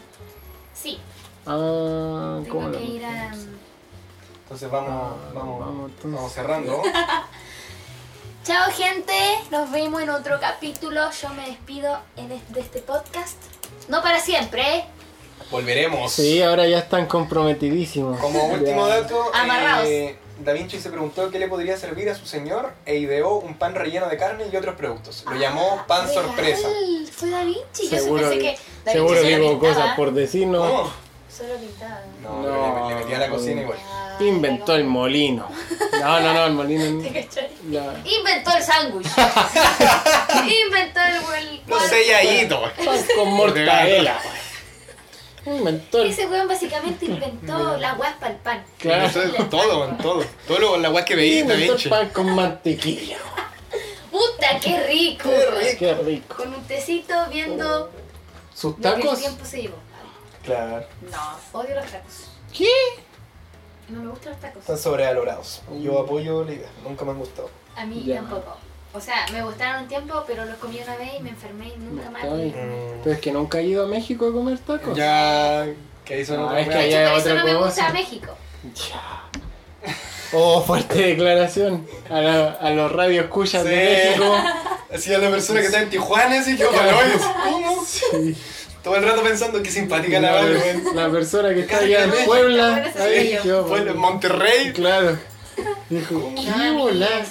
B: Sí,
A: Ah, ¿cómo
B: tengo
A: lo
B: que ir
A: busco?
B: a.
F: Entonces vamos,
A: Vamos,
F: vamos, vamos,
A: entonces.
F: cerrando.
B: Chao, gente. Nos vemos en otro capítulo. Yo me despido en es- de este podcast. No para siempre, ¿eh?
F: Volveremos.
A: Sí, ahora ya están comprometidísimos.
F: Como último
A: Ya.
F: dato,
B: Amarrados.
F: eh, Da Vinci se preguntó qué le podría servir a su señor e ideó un pan relleno de carne y otros productos. Lo llamó pan
B: Ah, Real,
F: sorpresa.
B: Fue Da Vinci.
A: Seguro
B: Yo pensé
A: que-
B: que. Da
A: Seguro
B: Vinci solo
A: digo
B: pintaba.
A: cosas por decirnos.
F: ¿Cómo?
B: Solo pintaba.
F: No,
A: No.
F: Le, le metí a la cocina igual.
B: Ah,
A: Inventó el
B: era
A: molino. No, no, no, el molino.
B: como- ¿Te
A: no.
B: cachai?
A: Ya.
B: Inventó el sándwich. Inventó el. el
F: Lo selladito.
A: Pan con mortadela. Inventó el
B: Ese weón básicamente inventó la guaspa al pan.
A: Claro.
F: Todo, todo, en todo. Todo lo, la guay que veía, Da
A: Inventó
F: Vinci.
A: el pan con mantequilla.
B: ¡Puta, qué rico!
A: Qué rico.
B: Con un tecito viendo
A: ¿Sus
B: lo que el
A: tacos?
B: tiempo se llevó.
F: Claro.
B: No, odio los tacos.
A: ¿Qué?
B: No me gustan los tacos.
F: Están sobrevalorados. Yo apoyo la idea. Nunca me han gustado.
B: A mí
A: Ya.
B: tampoco. O sea, me gustaron un tiempo, pero los comí una vez y me enfermé y nunca
A: No
B: más.
A: estoy. Pero es que nunca he ido a México a comer tacos.
F: Mm. Ya. Que hizo
A: No,
F: otra
A: Ah, es que
F: weá.
A: allá-
B: Por
A: Ya,
B: eso
A: otra
B: no me
A: cosa.
B: gusta México.
A: Ya. Oh, fuerte declaración. A, la- a los radio escuchas de
F: Sí.
A: México.
F: Así a la persona que está en Tijuana, así que ojalá vayas. ¿Cómo?
A: Sí.
F: Todo el rato pensando que simpática la
A: La-
F: Vale, weón.
A: la persona que está allá en
F: Sí.
A: Puebla. Ahí,
B: Sí.
A: yo,
F: Fue en Monterrey.
A: Claro. Dijo,
B: No,
A: ¿qué
B: amigues,
A: volás?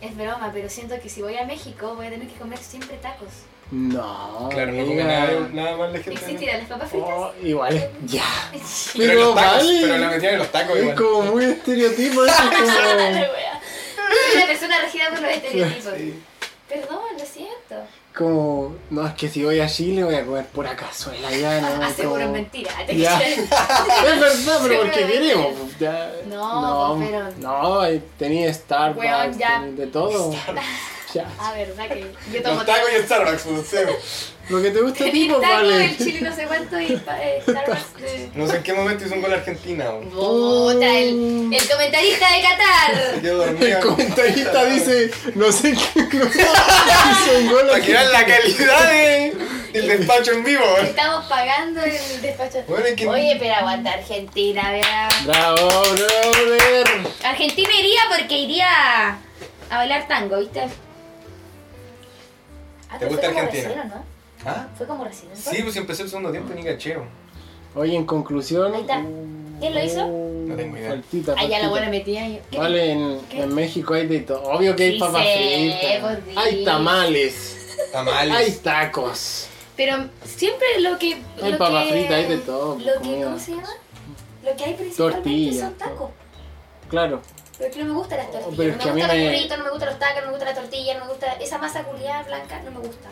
B: Es broma, pero siento que si voy a México voy a tener que comer siempre tacos.
A: No.
F: Claro, no come
A: amiga.
F: nada, nada más la
B: ¿No
F: gente.
B: existirán las papas fritas?
A: Oh, igual, ya.
F: Pero, los tacos, pero la metían en los tacos
A: Es
F: igual.
A: como muy estereotipo eso, es como...
B: Soy una persona regida por los estereotipos.
F: Sí.
A: Ah,
B: Perdón, lo siento.
A: como, no, es que si voy a Chile voy a comer pura cazuela ya, ¿no?
B: Ah, Aseguro
A: como-
B: mentira. te
A: Ya.
B: creo.
A: Es verdad, pero porque
B: Seguramente.
A: queremos. pues, Ya.
B: No, pues, pero-
A: No, ahí tenía Starbucks,
B: Weón, ya.
A: tenía de todo. Ya.
B: Ah, verdad que yo tomo
F: Los tacos y el Starbucks, pues, no sé.
A: Lo que te gusta a ti,
B: el
A: pues
B: taco
A: vale.
B: del chile no sé cuánto y pa- eh, Starbucks de...
F: No sé en qué momento hizo un gol a Argentina. güey.
B: Puta, el, el comentarista de Qatar.
F: Se quedó dormido.
A: El comentarista dice, no sé qué hizo un gol
F: Para que
A: aquí.
F: vean la calidad de- del despacho en vivo. güey.
B: Estamos pagando el despacho.
F: Bueno, es que-
B: Oye, pero aguanta Argentina, vea.
A: Bravo, brother.
B: Argentina iría porque iría a bailar tango, ¿viste? Ah,
F: ¿Te
B: pero
F: gusta
B: fue como
F: Argentina?
B: recién, ¿o ¿no?
F: ¿Ah?
B: Fue como recién.
F: Sí, pues si empecé el segundo tiempo ni cachero.
A: Oye, en conclusión.
B: Ahí está. ¿Quién lo hizo? Ah,
F: No tengo idea.
A: Faltita,
B: Allá la
A: faltita.
B: buena metida. y- ¿Qué?
A: Vale, en,
B: ¿Qué?
A: en México hay de todo. Obvio que hay
B: Sí
A: papas
B: sé,
A: fritas.
B: pues, sí.
A: Hay tamales.
F: Tamales.
A: Hay tacos.
B: Pero siempre lo que.
A: Hay
B: lo
A: papa
B: que-
A: frita, hay de todo, pues,
B: Lo que,
A: comida.
B: ¿Cómo se llama? Lo que hay principalmente
A: Tortilla,
B: son tacos.
A: Claro.
B: Porque no me gustan las tortillas.
A: pero es que a
B: no
A: mí
B: me gusta el
A: me-
B: burrito, no me gustan los tacos, no me gusta la tortilla, no me gusta esa masa culiada blanca, no me gusta.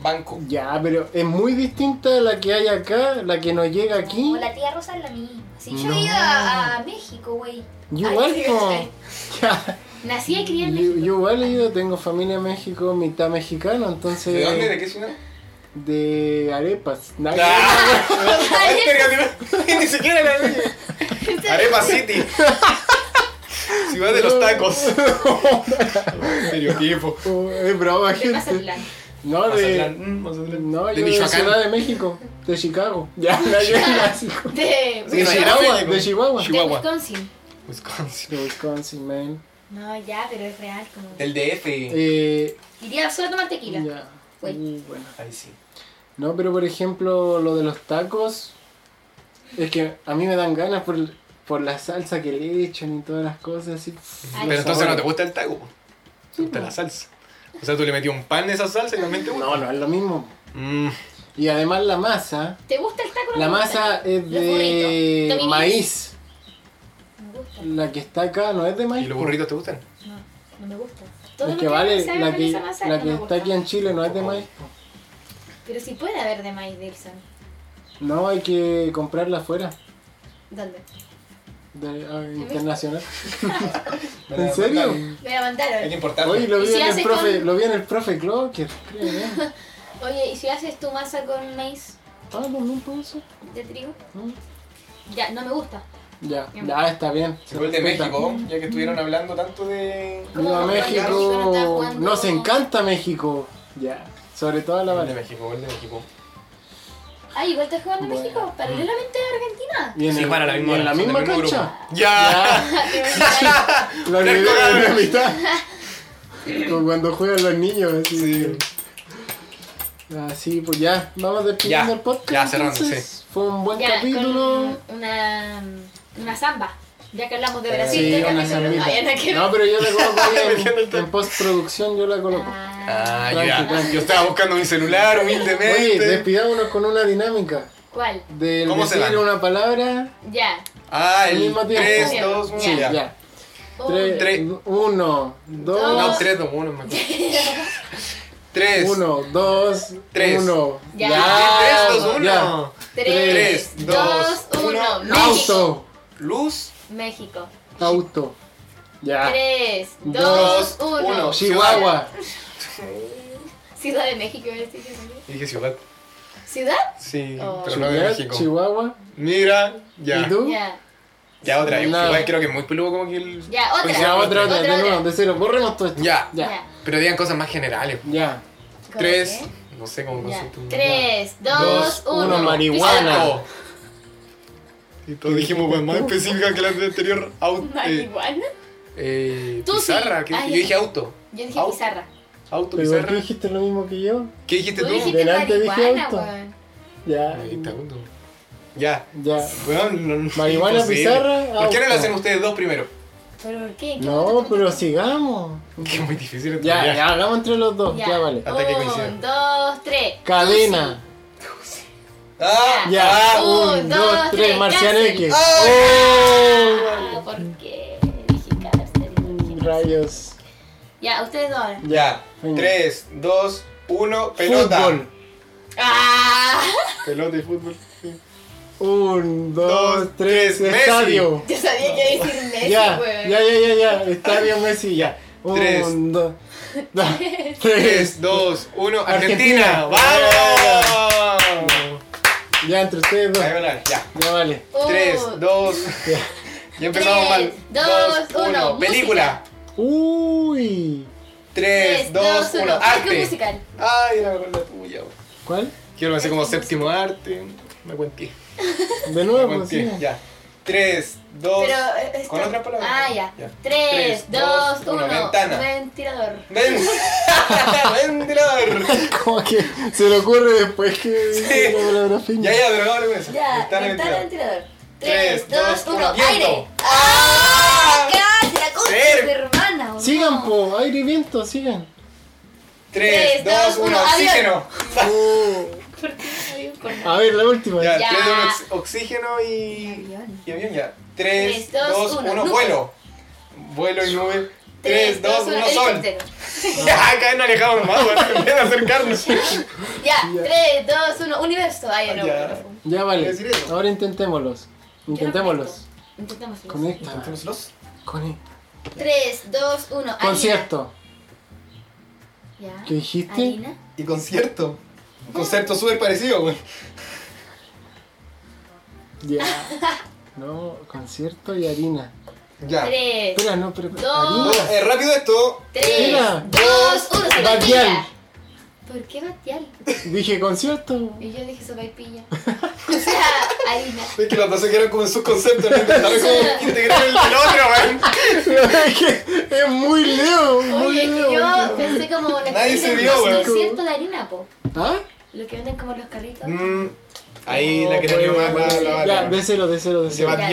F: Banco.
A: Ya, pero es muy distinta a la que hay acá, la que nos llega aquí.
B: O la tía Rosa es la misma. Si yo
A: No.
B: he ido a, a México, güey.
A: Yo
B: Ay,
A: igual,
B: sí,
A: po.
B: cachai.
A: Ya.
B: Nací y crié en
A: Yo,
B: México.
A: yo igual he ido, tengo familia en México, mitad mexicana, entonces.
F: ¿De dónde? ¿De qué ciudad?
A: De arepas. Nada que
F: Ah, Ni siquiera la vi. Arepa City. Ciudad de los tacos. Estereotipo.
A: ver. Oh, es broma,
B: ¿Qué pasa,
A: gente. No, de.
F: Mazatlán, mm, Mazatlán.
A: No,
F: de
A: yo de
F: Michoacán.
A: Ciudad de México, de Chicago. Ya, la yo de México.
B: De,
A: De
F: Sí,
A: Chihuahua,
F: Chihuahua.
A: de Chihuahua.
B: de
F: Chihuahua.
B: Wisconsin.
F: Wisconsin.
A: De Wisconsin, man.
B: No, ya, pero es real. Como...
F: Del DF.
A: Eh,
B: Iría solo a tomar tequila.
A: ya.
B: Güey.
A: Y bueno.
F: Ahí sí.
A: No, pero por ejemplo, lo de los tacos, es que a mí me dan ganas por, por la salsa que le echan y todas las cosas así.
B: Ay,
F: Pero
B: sí.
F: entonces no te gusta el taco. po. Te gusta la salsa. O sea, tú le metías un pan a esa salsa y también te gusta.
A: No, no es lo mismo.
F: Mm,
A: Y además la masa,
B: ¿Te gusta el taco? o no
A: la
B: te gusta?
A: masa es
B: Los burritos.
A: de
B: Dominic.
A: maíz.
B: No me gusta.
A: La que está acá no es de
F: ¿Y
A: maíz.
F: los
A: po.
F: burritos te gustan?
B: No, no me gusta. Todo
A: La
B: lo
A: que
B: que
A: vale,
B: sabe
A: la
B: con
A: que,
B: esa masa
A: la
B: no
A: que
B: me
A: está
B: gusta.
A: aquí en Chile no es de maíz. po.
B: Pero si puede haber de maíz Delson.
A: No, hay que comprarla afuera,
B: ¿Dónde?
A: de- ah, internacional.
F: Me
A: ¿En
F: la
A: serio?
F: mandaron.
B: Me la mandaron.
F: Hay que importarlo.
A: Hoy lo
B: ¿Y
A: vi
B: si
A: en el
B: haces
A: profe,
B: con-
A: lo vi en el profe Clocker, creo, ¿no?
B: Oye, ¿y si haces tu masa con maíz
A: Ah, también puede ser.
B: de trigo?
A: Mm.
B: Ya, no me gusta.
A: Ya, ya está bien. se
F: Gol de
A: respeta.
F: México, ya que estuvieron hablando tanto de.
A: Viva
B: Como México no está
A: México.
B: jugando-
A: Nos encanta México. Ya. Sobre todo a la
F: Gol de
A: bala.
F: México, gol de México.
B: Ah, igual estás jugando en
A: Bueno.
B: México, paralelamente a Argentina.
A: Y en,
F: Sí,
A: el-
F: para la misma
A: y en
F: hora,
A: la
F: son del
A: misma
F: mismo
A: cancha.
F: ¡Ya!
A: Lo olvidé de la mitad. Como cuando juegan los niños. Así, así pues ya. Vamos despidiendo
F: Ya,
A: el podcast.
F: ya, cerrando,
A: entonces. Fue un buen
B: Ya,
A: capítulo.
B: con una, una samba. Ya que hablamos de
F: Eh,
B: Brasil,
A: Sí,
B: ya que
A: una
B: hablamos de-
A: salmita.
B: Ay, Ana, que-
A: No, pero yo la coloco ahí
F: Metiendo el
A: en,
F: taco.
A: en postproducción. Yo la coloco.
B: Ah,
F: Ah,
A: Tranqui,
F: ya.
A: tranqui.
F: Yo estaba buscando mi celular
A: Oye,
F: humildemente.
A: despidámonos con una dinámica.
B: ¿Cuál?
A: Del
F: ¿Cómo se
A: decir
F: van?
A: una palabra.
B: Ya.
F: Ah,
A: Al
F: el
A: mismo tiempo.
F: 3, 2, 1.
A: Sí,
F: Ya.
A: ya.
B: Un-
A: Tres,
F: Tres.
A: Uno,
F: No,
A: dos,
F: 3, 2, 1. 3.
A: uno, dos,
F: Tres.
A: uno.
B: Ya.
F: 3, 2,
A: ya.
F: 1.
B: tres,
F: tres,
B: dos,
F: dos,
B: uno. México.
A: Auto,
F: uno. Luz.
B: México.
A: auto. Ya.
B: Tres, dos,
A: Ah. Dos,
B: uno.
F: uno.
A: Chihuahua.
B: Ciudad de México, iba a decir yo también.
F: Dije ciudad.
B: ¿Ciudad?
F: Sí,
B: Oh.
F: pero no de
A: Ciudad,
F: México.
A: Chihuahua.
F: Mira,
A: ¿Y
F: ya.
A: tú?
B: Ya.
F: Ya otra.
A: Nada.
F: Igual creo que es muy peludo como que el.
B: Ya, otra.
A: Pues Ya, otra, otra,
B: Otra,
A: de nuevo,
B: otra.
A: de cero. Borremos todo esto.
F: Ya.
A: Ya.
F: Pero digan cosas más generales.
A: Ya.
F: 3. No sé cómo
B: Ya.
F: concepto.
B: Tres, dos,
A: Dos, uno,
B: uno.
A: marihuana.
F: Auto. Y todos dijimos, pues, más específica que la anterior. Auto.
B: Pizarra. ¿Marihuana?
F: Eh,
B: Tú sí.
F: pizarra, ¿qué
B: Ah,
F: dije?
B: ya.
F: yo dije auto.
B: Yo dije
F: Au.
B: pizarra.
F: Auto,
A: Pero tú
F: pizarra.
A: dijiste lo mismo que yo.
F: ¿Qué dijiste
B: Tú
F: tú? Ah,
B: dijiste
A: Delante dije
B: marihuana,
A: auto.
B: weón.
A: Ya.
F: Ahí está, auto. Ya.
A: Ya.
F: Bueno, no- no-
A: Marihuana,
F: imposible.
A: pizarra,
F: ¿Por qué no lo
A: auto.
F: hacen ustedes dos primero?
B: ¿Pero por qué? ¿Qué
A: No,
B: auto?
A: pero sigamos.
F: Que es muy difícil. esto,
A: Ya, ya, hagamos entre los dos.
B: Ya.
A: Ya, vale.
F: Hasta que coincida.
B: Un, dos, tres.
A: Cadena.
F: Ah,
A: Ya.
F: ah,
B: Un,
A: Un,
B: dos,
A: dos,
B: tres,
A: tres. Marcianeque. Oh,
B: Ah, ¿Por qué? Dije cárcel.
A: Oh, Rayos.
B: Ya, ustedes dos ahora.
F: ya.
A: Venga.
F: 3, 2, uno, pelota.
A: Fútbol.
E: ¡Ah!
F: Pelota y fútbol. sí.
A: Un, dos,
F: Dos,
A: tres,
F: tres, Messi.
A: estadio.
E: Yo sabía que iba a decir Messi,
A: ya,
E: weón.
A: ya, ya, ya, ya. Estadio Messi, ya. Un,
F: Ah. Tres.
A: dos, da- tres.
F: Tres, dos, uno,
A: Argentina.
F: Argentina. ¡Vamos!
A: Ya entre ustedes dos.
F: Diagonal, ya.
A: Ya vale.
E: Un,
F: Tres, dos. Ya empezamos mal.
E: Tres, dos, uno.
F: Película.
A: Uy.
F: Tres, dos, uno.
E: Parque
F: Arte.
E: musical.
F: Ay, era mejor la tuya, güey.
A: ¿Cuál?
F: Quiero hacer como séptimo arte. Me cuenté.
A: De
F: Me
A: nuevo, sí.
F: cuenté. Ya. Tres, dos.
E: Pero eh, esto-
F: Con otra palabra.
E: Ah, ya.
F: Ya.
E: Tres,
F: Tres,
E: dos,
F: dos,
E: uno.
F: uno. Ventana.
E: Ventilador.
F: Ven. ¡Ah, Ventilador.
A: Como que se le ocurre después que dice la palabra fin.
F: Ya, ya, drogado con eso.
E: Ya.
F: Ventana,
E: Ventana,
F: ventilador.
E: ventilador.
F: Tres, dos, uno.
E: Aire.
F: Viento.
B: Oh,
E: ¡Ah! ¡Casi! La concha de
F: Ser.
E: tu hermana, boludo.
A: Sigan, po, aire y viento, sigan.
F: Tres, dos, uno.
E: avión.
F: Oxígeno.
E: ¿Por qué no hay un corno?
A: A ver, la última.
F: Ya,
E: Ya.
F: tres, dos, uno, ox- oxígeno y.
E: Y avión.
F: Y avión, ya. Tres,
E: Tres, dos,
F: dos,
E: uno,
F: uno,
E: nube.
F: vuelo. Vuelo y nube. Tres, dos, uno, sol.
E: Helicóptero.
F: Ya, acá no alejamos más, güey, en vez de acercarnos.
E: Ya, 3, 2, 1, universo. Ay, no,
F: Ah, Ya.
E: bueno, no fue.
A: Ya vale.
F: Quiero decir eso.
A: Ahora intentémoslos. Intentémoslos.
E: Intentemos.
A: Conecta.
F: los?
A: Conecta.
E: 3, 2, 1.
A: e- Concierto.
E: Ya.
A: ¿Qué dijiste?
E: Harina.
F: Y concierto. Un concepto súper parecido, güey.
A: Ya. No, concierto y harina.
F: Ya.
E: 3,
A: Espera, no, pero.
E: Dos.
F: Dos,
A: Harina.
F: eh, rápido esto.
E: 3,
A: Mira.
E: 2, 1.
A: Batial.
E: ¿Por qué batial?
A: Dije concierto.
E: Y yo dije sopaipilla. O sea, harina.
F: Es que los dos se quedaron como en sus conceptos, no intentaron como integrar el del otro, güey.
A: es que es muy leo, muy
E: Oye, que
A: leo.
E: yo pensé como los que
F: Nadie se
E: venden
F: dio,
E: los
F: güey.
E: conciertos de harina, po.
A: ¿Ah?
E: Lo que venden como los carritos.
F: Mm, ahí la
A: No,
F: creo
A: pues,
F: más, la, la, la,
A: Ya,
F: la.
A: de cero, de cero, de
F: Se
A: cero.
F: va no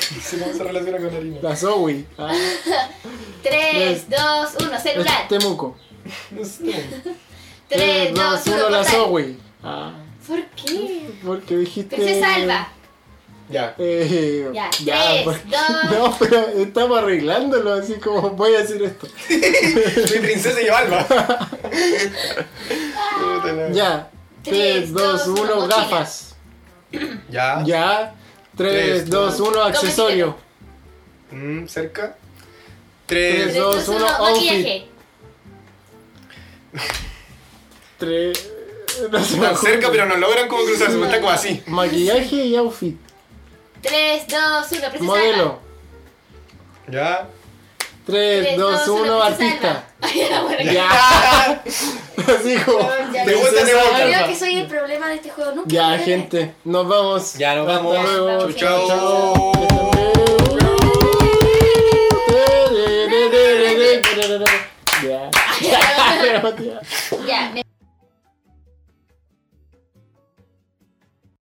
F: se se relaciona con la harina.
A: La Zoe. Ah,
E: 3, 2, 1. Celular.
A: es Temuco.
F: No sé.
E: 3, 2, 1.
A: la
E: portal.
A: Zoe. Ah,
E: ¿Por qué?
A: porque dijiste.
E: se salva.
F: Ya.
A: Eh,
E: Ya,
A: por-
E: tres, dos.
A: No, pero estamos arreglándolo así como voy a hacer esto.
F: Soy princesa y yo alma. Puta la-
A: Ya.
E: Tres,
A: 3, 2,
E: dos,
A: 1,
E: uno,
A: gafas.
F: Ya.
A: Ya. 3,
F: Tres,
A: 2, 1, accesorio.
F: Mm, cerca.
A: Tres,
F: Tres.
A: dos, uno, outfit.
E: maquillaje.
A: 3. No se me
F: Están
A: ocurre.
F: cerca, pero no logran como cruzarse, están como así.
A: Maquillaje y outfit.
E: 3, 2, 1, princesa
A: Modelo.
F: Ya.
A: 3, 2, 1, artista. Ya. Así como.
E: Ya.
F: Te gusta, te gusta.
E: Creo que soy el problema de este juego. Nunca
A: Ya,
E: me-
A: gente, nos vamos.
F: Ya, nos
A: Hasta
F: vamos.
A: luego.
E: Chau,
F: Chau, chau.